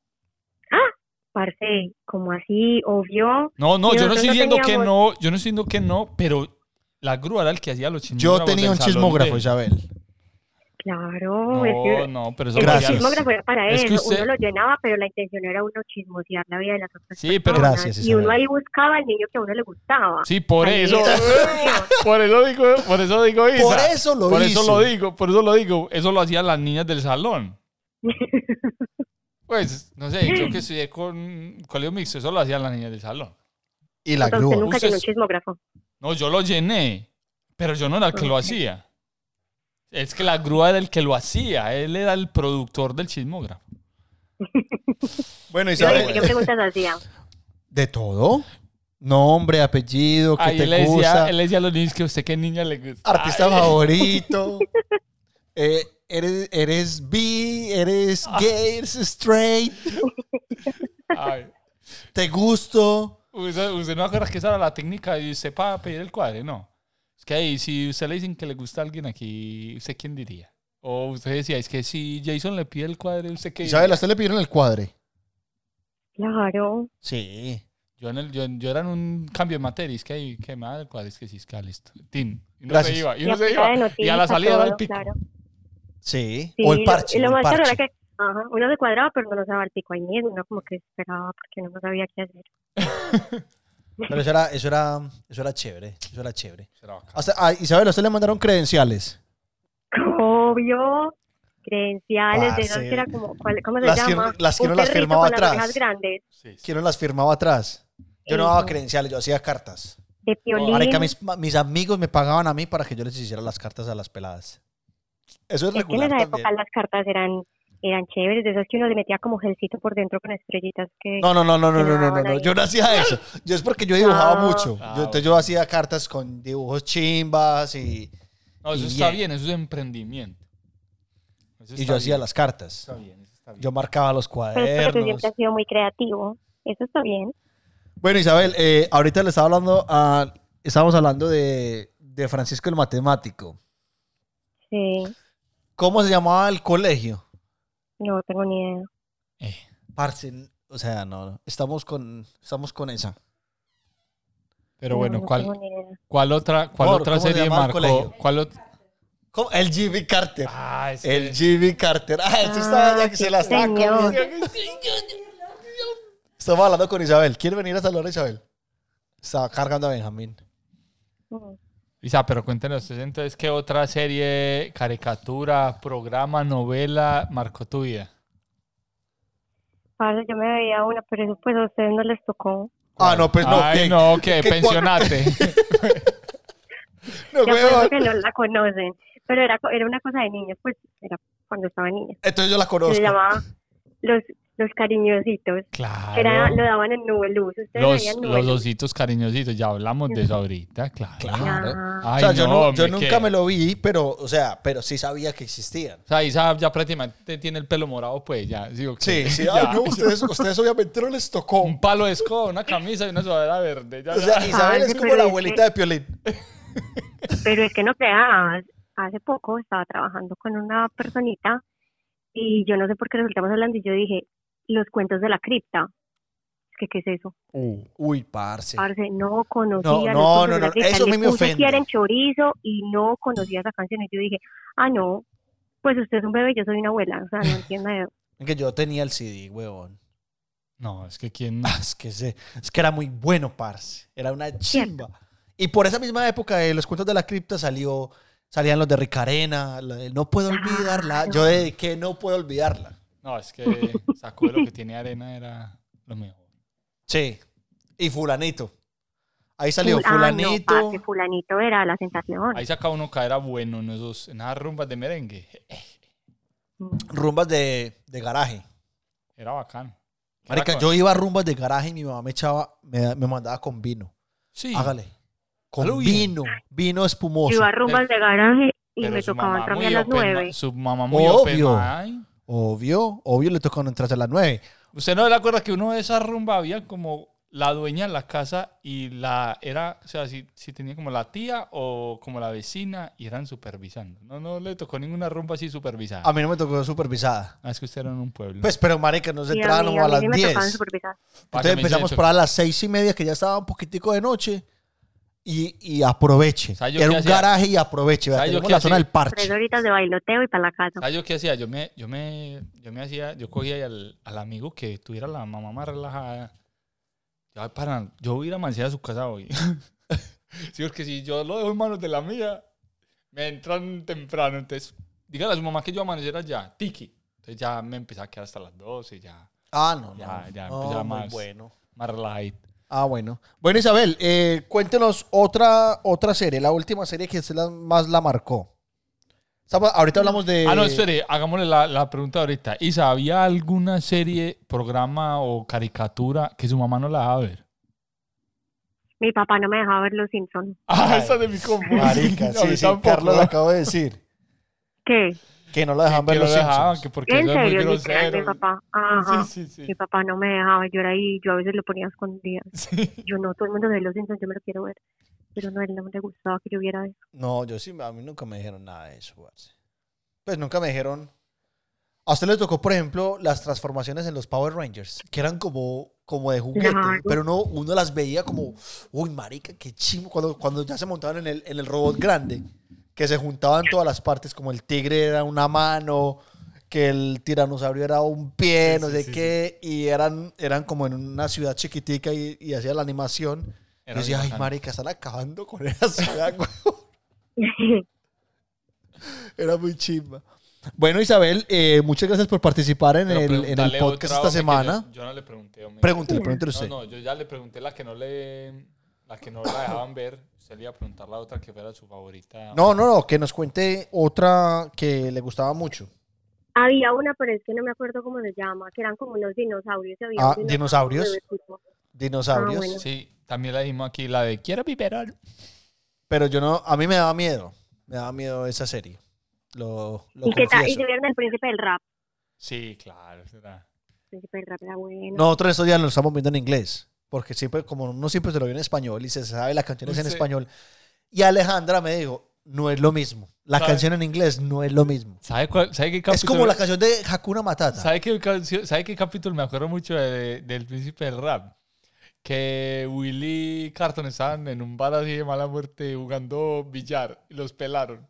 S3: Parce, como así, obvio.
S2: No, no,
S3: Sí,
S2: yo no
S3: nosotros
S2: estoy diciendo que
S3: teníamos-
S2: no, yo no estoy diciendo que no, pero la grúa era el que hacía los chismógrafos.
S1: Yo tenía
S2: del
S1: un
S2: salón
S1: chismógrafo,
S2: de-
S1: Isabel.
S3: Claro. es
S2: No,
S3: que-
S2: no, pero eso
S3: El
S1: Gracias.
S3: chismógrafo era para
S2: Es
S3: eso,
S2: que usted-
S3: uno lo llenaba, pero la intención era uno chismosear la vida de las otras
S2: Sí, pero-
S3: personas.
S1: Gracias,
S3: y uno
S1: Isabel.
S3: ahí buscaba al niño que a uno le gustaba.
S2: Sí, por
S3: Ahí
S1: <laughs>
S2: eso.
S3: era la opción.
S2: Por eso digo, por eso digo Isa.
S1: Por eso lo
S2: Por
S1: hizo.
S2: eso lo digo, por eso lo digo. Eso lo hacían las niñas del
S3: <laughs>
S2: salón. Pues, no sé, creo que estudié con colegio mixto, eso lo hacían las niñas del salón.
S1: Y la
S3: Entonces,
S1: grúa.
S3: nunca llenó un
S2: Ustedes-
S3: chismógrafo.
S2: No, yo lo llené, pero yo no era el que lo hacía. Es que la grúa era el que lo hacía, él era el productor del chismógrafo.
S1: Bueno,
S3: Yo dije, ¿Qué preguntas ah, hacía?
S1: ¿De todo? Nombre, apellido, que
S2: Ahí
S1: te
S2: él, le
S1: gusta.
S2: decía, él le decía a los niños que a usted qué niña le gusta.
S1: Artista <laughs>
S2: Ay,
S1: favorito. Eh, eres, eres bi, eres gay, eres straight.
S2: ay.
S1: Te gusto.
S2: Usted, usted no acuerda que esa era la técnica y usted para pedir el cuadre, no. Es que ahí, si usted le dicen que le gusta a alguien aquí, ¿usted quién diría? O usted decía, es que si Jason le pide el cuadre, ¿usted qué
S1: Isabel,
S2: diría?
S1: ¿a usted le pidieron el cuadre?
S3: Claro.
S1: Sí.
S2: Yo, en el, yo, yo era en un cambio de materia, es que ahí, que me da el cuadre, es que sí, es que ah, listo. Tin. Y no
S1: Gracias.
S2: se iba, y
S3: Y
S2: no
S3: a
S2: se
S3: punta
S2: iba. Y
S3: de
S2: a la
S3: noticias,
S2: salida era el
S3: todo,
S2: pico.
S3: claro.
S1: Sí.
S3: Sí,
S1: o
S3: lo-
S1: el parche.
S3: Y lo
S1: o el
S3: más claro era
S1: parche.
S3: que ajá, uno se cuadraba, pero no sabía el pico ahí mismo. Uno como que esperaba porque no sabía qué hacer.
S1: Pero eso era, eso era, eso era chévere, eso era chévere.
S2: Será bacán.
S1: Hasta, a Isabel, a usted le mandaron credenciales.
S3: <laughs> Obvio. Credenciales, de esas
S1: Parce.
S3: que era como, ¿cuál- ¿cómo se
S1: Las que-
S3: llama?
S1: las que
S3: Un
S1: uno las
S3: perrito
S1: firmaba
S3: con
S1: atrás.
S3: Las orejas grandes,
S2: Sí, sí.
S1: ¿Quién no las firmaba atrás? Yo no daba
S3: Eso.
S1: credenciales, yo hacía cartas.
S3: de piolín.
S1: Marica, mis, ma- mis amigos me pagaban a mí para que yo les hiciera las cartas a las peladas. Eso es
S2: Pues
S3: Es que en
S1: regular
S3: esa época
S1: también.
S3: las cartas eran, eran chéveres, de esas que uno le metía como gelcito por dentro con estrellitas que...
S1: No, no, no, no, no, no, no, no,
S3: daban
S1: no.
S3: ahí.
S1: Yo no hacía eso.
S3: <laughs>
S1: Yo es porque yo dibujaba
S3: Ah.
S1: mucho.
S2: Ah,
S1: Yo, entonces yo hacía cartas con dibujos chimbas y,
S2: No, eso
S1: Y
S2: está
S1: bien.
S2: bien, eso es emprendimiento. Eso
S1: y
S2: está
S1: yo hacía
S2: bien,
S1: las cartas.
S2: Está bien, eso está bien.
S1: Yo marcaba los
S3: Pero es pues, porque tú
S1: cuadernos.
S3: siempre has sido muy creativo. Eso está bien.
S1: Bueno, Isabel, eh, ahorita le estaba hablando a. Estábamos hablando de, de Francisco el Matemático.
S3: Sí,
S1: ¿Cómo se llamaba el colegio?
S3: no tengo ni idea.
S2: Eh,
S1: Parce, o sea, no, estamos con, estamos con esa.
S2: pero
S3: No,
S2: bueno,
S3: no
S2: ¿cuál,
S3: tengo ni idea.
S2: cuál otra, cuál
S1: Amor,
S2: otra
S1: ¿cómo se
S2: serie
S1: llamaba el
S2: marcó?
S1: colegio?
S2: ¿Cuál ot-
S1: ¿Cómo? El Jimmy Carter.
S2: Ah, es
S1: El
S2: que-
S1: Jimmy Carter. Ah, esto está ya que se la
S3: Ah,
S1: está
S3: sí, señor.
S1: comiendo. Estamos hablando con Isabel. ¿Quiere venir a saludar a Isabel? Estaba cargando a Benjamín.
S3: Mm.
S2: Isa, pero cuéntenos ustedes entonces qué otra serie, caricatura, programa, novela marcó tu vida.
S3: Parce, yo me veía una, pero eso pues a ustedes no les tocó.
S1: Ah, no, pues no.
S2: Ay,
S1: ¿qué?
S2: no, que
S1: ¿Qué <laughs>
S2: pensionate. <laughs>
S1: No,
S3: Yo
S1: huevón.
S3: creo que no la conocen, pero era, co- era una cosa de niños, pues era cuando estaba niña.
S1: Entonces yo la
S3: Se
S1: conozco.
S3: llamaba Los, los Cariñositos.
S2: claro.
S3: que Era, lo daban en Nube Luz. Ustedes
S2: los,
S3: veían Nube
S2: los
S3: Luz.
S2: ositos cariñositos, ya hablamos de eso ahorita, claro.
S1: Claro.
S3: Ajá.
S1: O
S2: Ay,
S1: sea, yo,
S2: no,
S1: nu- yo
S2: hombre,
S1: nunca
S2: que-
S1: me lo vi, pero, o sea, pero sí sabía que existían.
S2: O sea, Isa ya prácticamente tiene el pelo morado, pues ya. Sí, ok.
S1: Sí, sí.
S2: <laughs> Ya.
S1: Ay, no, ustedes, ustedes obviamente no les tocó.
S2: Un palo de escoba, una camisa y una sudadera verde. Ya,
S1: O sea,
S2: ya.
S1: Isabel
S3: Ay,
S1: es como
S3: pero
S1: la
S3: es
S1: abuelita de Piolín.
S3: Pero es que no creas, hace poco estaba trabajando con una personita y yo no sé por qué resultamos hablando y yo dije, los cuentos de la cripta. Es que, ¿qué es eso?
S2: Uh.
S1: Uy, parce.
S3: Parce, no conocía
S1: No,
S3: los
S1: no,
S3: cuentos
S1: no,
S3: de la
S1: no,
S3: cripta.
S1: eso a
S3: Le
S1: mí me
S3: puse
S1: ofende.
S3: quieren chorizo y no conocía esa canción. Y yo dije, ah, no, pues usted es un bebé, yo soy una abuela. O sea, no entiendo. de-
S1: Que yo tenía el CD, huevón.
S2: No, es que quién.
S1: Ah, <laughs> Es que, se- es que era muy bueno, parce. Era una chimba. Y por esa misma época de los cuentos de la cripta salió, salían los de Ricarena. la de No
S3: Ah,
S1: puedo olvidarla. Yo dediqué No puedo olvidarla.
S2: No, es que sacó lo que tiene arena, era lo mejor.
S1: Sí. Y Fulanito. Ahí <laughs> salió
S3: Ah, no,
S1: Fulanito.
S3: parce, fulanito era la sensación.
S2: Ahí sacaba uno que era bueno en, esos, en esas rumbas de merengue.
S3: Mm.
S1: rumbas de, de garaje.
S2: Era bacán. Era
S1: Marica,
S2: con-
S1: yo iba a rumbas de garaje y mi mamá me echaba, me, me mandaba con vino.
S2: Sí.
S1: Hágale. Con
S2: Hazlo bien.
S1: vino. Vino espumoso.
S3: Yo iba a rumbas de garaje y
S2: pero
S3: me
S2: su
S3: tocaban
S2: mamá
S3: también
S2: muy
S3: a las
S2: open
S3: nueve.
S2: mi- Su mamá muy
S1: Obvio.
S2: open mind.
S1: Obvio, obvio le tocó entrarse a las nueve.
S2: ¿Usted no le acuerda que uno de esas rumbas había como la dueña de la casa y la era, o sea, si, si tenía como la tía o como la vecina y eran supervisando? No, no le tocó ninguna rumba así supervisada.
S1: A mí no me tocó supervisada.
S2: Ah, es que usted era en un pueblo.
S1: Pues, pero marica, nos
S3: Y a
S1: entraban
S3: mí-
S1: como a,
S3: a mí
S1: las
S3: sí me tocaban
S1: 10.
S3: supervisar.
S2: Para que
S1: Entonces
S2: me
S1: empezamos
S2: enseñe
S1: para las seis y media, que ya estaba un poquitico de noche. Y, y aproveche.
S2: ¿Sabe yo
S1: Era
S2: qué
S1: un
S2: hacía?
S1: garaje y aproveche. vea,
S2: ¿Sabe yo
S1: tenemos
S2: qué
S1: la zona
S2: hacía?
S1: del parche.
S3: Tres horitas de bailoteo y para la casa.
S2: ¿Sabes yo qué hacía? Yo me, yo me, yo me hacía, yo cogía ahí al, al amigo que tuviera la mamá más relajada. Yo, "Ay, para, yo voy a ir a mancera a su casa hoy. <laughs> sí, porque si yo lo dejo en manos de la mía, me entran temprano. Entonces, dígale a su mamá que yo amaneciera ya, tiki. Entonces ya me empezaba a quedar hasta las 12, ya,
S1: Ah, no, no.
S2: Ya, ya,
S1: No,
S2: empezaba
S1: muy
S2: más.
S1: bueno.
S2: más relajadito.
S1: Ah, bueno. Bueno, Isabel, eh, cuéntenos otra, otra serie, la última serie que usted la- más la marcó. Estamos- ahorita hablamos de.
S2: Ah, no, espere, hagámosle la, la pregunta ahorita. Isa, ¿había alguna serie, programa o caricatura que su mamá no la dejaba ver?
S3: Mi papá no me dejaba ver Los Simpsons.
S2: Ah,
S1: Ay,
S2: esa es de mi combo. <laughs>
S1: Marica,
S2: A mí
S1: sí, sí,
S2: tampoco.
S1: Carlos lo acabo de decir.
S3: ¿Qué?
S1: Que no la dejan
S2: que
S1: ver
S2: lo
S1: los
S2: dejaban,
S1: Simpsons.
S2: que porque
S3: En
S2: eso es muy
S3: serio, literal, mi
S2: grosero.
S3: papá. Ajá.
S2: Sí, sí, sí.
S3: Mi papá no me dejaba, yo era ahí, yo a veces lo ponía escondida.
S2: Sí.
S3: Yo no, todo el mundo ve los Simpsons, yo me lo quiero ver. Pero no, a él no le gustaba que yo viera eso. <laughs>
S1: No, yo sí, a mí nunca me dijeron nada de eso. parce. Pues nunca me dijeron. A usted le tocó, por ejemplo, las transformaciones en los Power Rangers, que eran como, como de juguete,
S3: Claro.
S1: pero uno, uno las veía como, uy, marica, qué chingo, cuando, cuando ya se montaban en el, en el robot grande, que se juntaban todas las partes, como el tigre era una mano, que el tiranosaurio era un pie,
S2: Sí,
S1: no
S2: sí,
S1: sé
S2: sí,
S1: qué, y eran, eran como en una ciudad chiquitica y, y hacía la animación, Yo
S2: Era
S1: decía,
S2: bien
S1: ay,
S2: bacano.
S1: marica, están acabando con esa ciudad, güey". Era muy chimba. Bueno, Isabel, eh, muchas gracias por participar en,
S2: <laughs> Pero
S1: el, en el
S2: pregúntale
S1: podcast
S2: otra,
S1: esta
S2: hombre, que
S1: semana.
S2: Yo, yo no le pregunté. hombre.
S1: Pregúntele, pregúntele
S2: No,
S1: usted.
S2: no, yo ya le pregunté la que no le. La que no la dejaban ver. Usted le iba a preguntar la otra que fuera su favorita.
S1: No, no, no, que nos cuente otra que le gustaba mucho.
S3: Había una, pero es que no me acuerdo cómo se llama, que eran como unos dinosaurios. y había
S1: Ah,
S3: un dinosaurio
S1: dinosaurios.
S3: de tipo-
S1: Dinosaurios.
S3: Ah, bueno.
S2: Sí, también la dijimos aquí, la de Quiero biberón.
S1: Pero yo no, a mí me daba miedo. Me daba miedo esa serie. Lo, lo
S3: Y que ta- y
S1: confieso.
S3: se vieron el príncipe del rap.
S2: Sí, claro. esa era.
S3: El príncipe del rap era bueno.
S1: Nosotros estos días lo estamos viendo en inglés. Porque siempre, como uno siempre se lo ve en español y se sabe las canciones en
S2: Sí.
S1: español. Y Alejandra me dijo, no es lo mismo. La
S2: ¿Sabe?
S1: canción en inglés no es lo mismo.
S2: ¿Sabe, cuál, ¿Sabe qué capítulo?
S1: Es como la canción de Hakuna Matata.
S2: ¿Sabe qué, canción- sabe qué capítulo me acuerdo mucho de- del príncipe del rap? Que Willy y Carton estaban en un bar así de mala muerte jugando billar y los pelaron.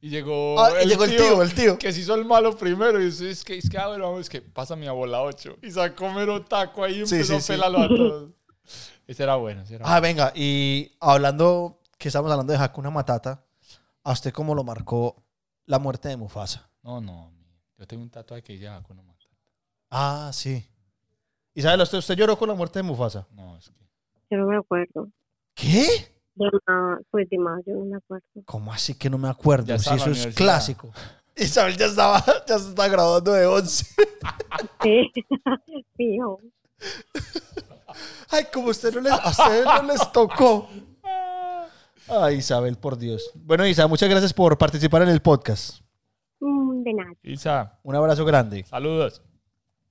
S2: Y llegó,
S1: Ah, y llegó el tío, el tío.
S2: Que se hizo el malo primero. Y dice, es que, es que, ah, bueno, vamos, es que pasa mi abuela 8. Y sacó mero taco ahí y
S1: Sí,
S2: empezó
S1: sí, sí. <laughs>
S2: a pelarlo a todos. Ese era bueno, ese era
S1: Ah, venga, y hablando, que estamos hablando de Hakuna Matata, ¿a usted cómo lo marcó la muerte de Mufasa?
S2: bueno. No, no, yo tengo un tatuaje que ya con mata.
S1: Ah, sí. Isabel, ¿usted, usted lloró con la muerte de Mufasa?
S2: No, es que...
S3: Yo no me acuerdo.
S1: ¿Qué?
S3: De más, pues de más, yo no me acuerdo. <laughs>
S1: ¿Cómo así que no me acuerdo?
S2: Ya
S1: Si
S2: estaba en la
S1: eso es
S2: universidad.
S1: clásico. <laughs> Isabel ya estaba, ya se está graduando de 11.
S3: Sí, <laughs> fijo.
S1: <laughs> Ay, como usted no les, a usted no les tocó. Ah. Ay, Isabel, por Dios. Bueno, Isa, muchas gracias por participar en el podcast.
S3: Mm, De nada.
S2: Isa,
S1: Un abrazo grande.
S2: saludos.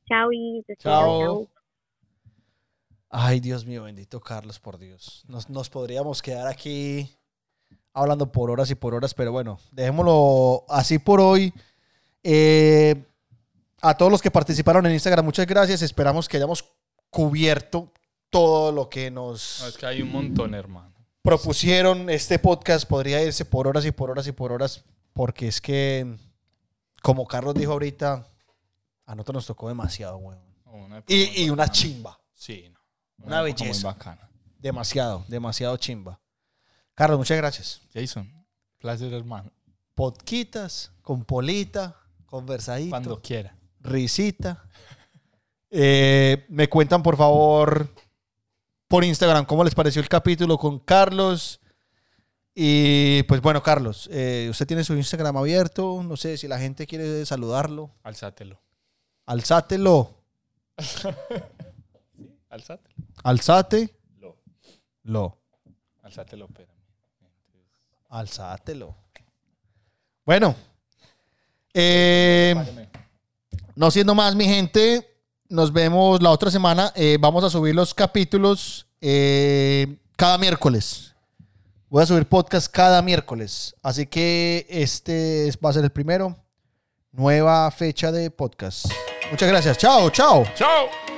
S3: Chao y te espero,
S2: Chao.
S1: Ay, Dios mío, bendito Carlos, por Dios. Nos, nos podríamos quedar aquí hablando por horas y por horas, pero bueno, dejémoslo así por hoy. Eh, a todos los que participaron en Instagram, muchas gracias. Esperamos que hayamos cubierto todo lo que nos
S2: No, es que hay un montón, hermano.
S1: propusieron. Este podcast podría irse por horas y por horas y por horas, porque es que, como Carlos dijo ahorita, a nosotros nos tocó demasiado, weón.
S2: Una época muy
S1: Y, y una
S2: bacana.
S1: chimba.
S2: Sí, no.
S1: Una
S2: época
S1: belleza.
S2: Muy bacana.
S1: Demasiado, demasiado chimba. Carlos, muchas gracias.
S2: Jason, placer hermano.
S1: Podquitas, con polita, conversadito,
S2: Cuando quiera.
S1: risita. Eh, me cuentan, por favor, por Instagram, cómo les pareció el capítulo con Carlos. Y pues bueno, Carlos, eh, usted tiene su Instagram abierto. No sé si la gente quiere saludarlo.
S2: Alzátelo.
S1: Alzátelo.
S2: Alzátelo.
S1: Alzate.
S2: Lo.
S1: Lo.
S2: Alzátelo, espérame.
S1: Alzátelo. Bueno. Eh,
S2: Págame.
S1: No siendo más, mi gente, nos vemos la otra semana. Eh, vamos a subir los capítulos eh, cada miércoles. Voy a subir podcast cada miércoles. Así que este es- va a ser el primero. Nueva fecha de podcast. Muchas gracias. Chao, chao.
S2: ¡Chao!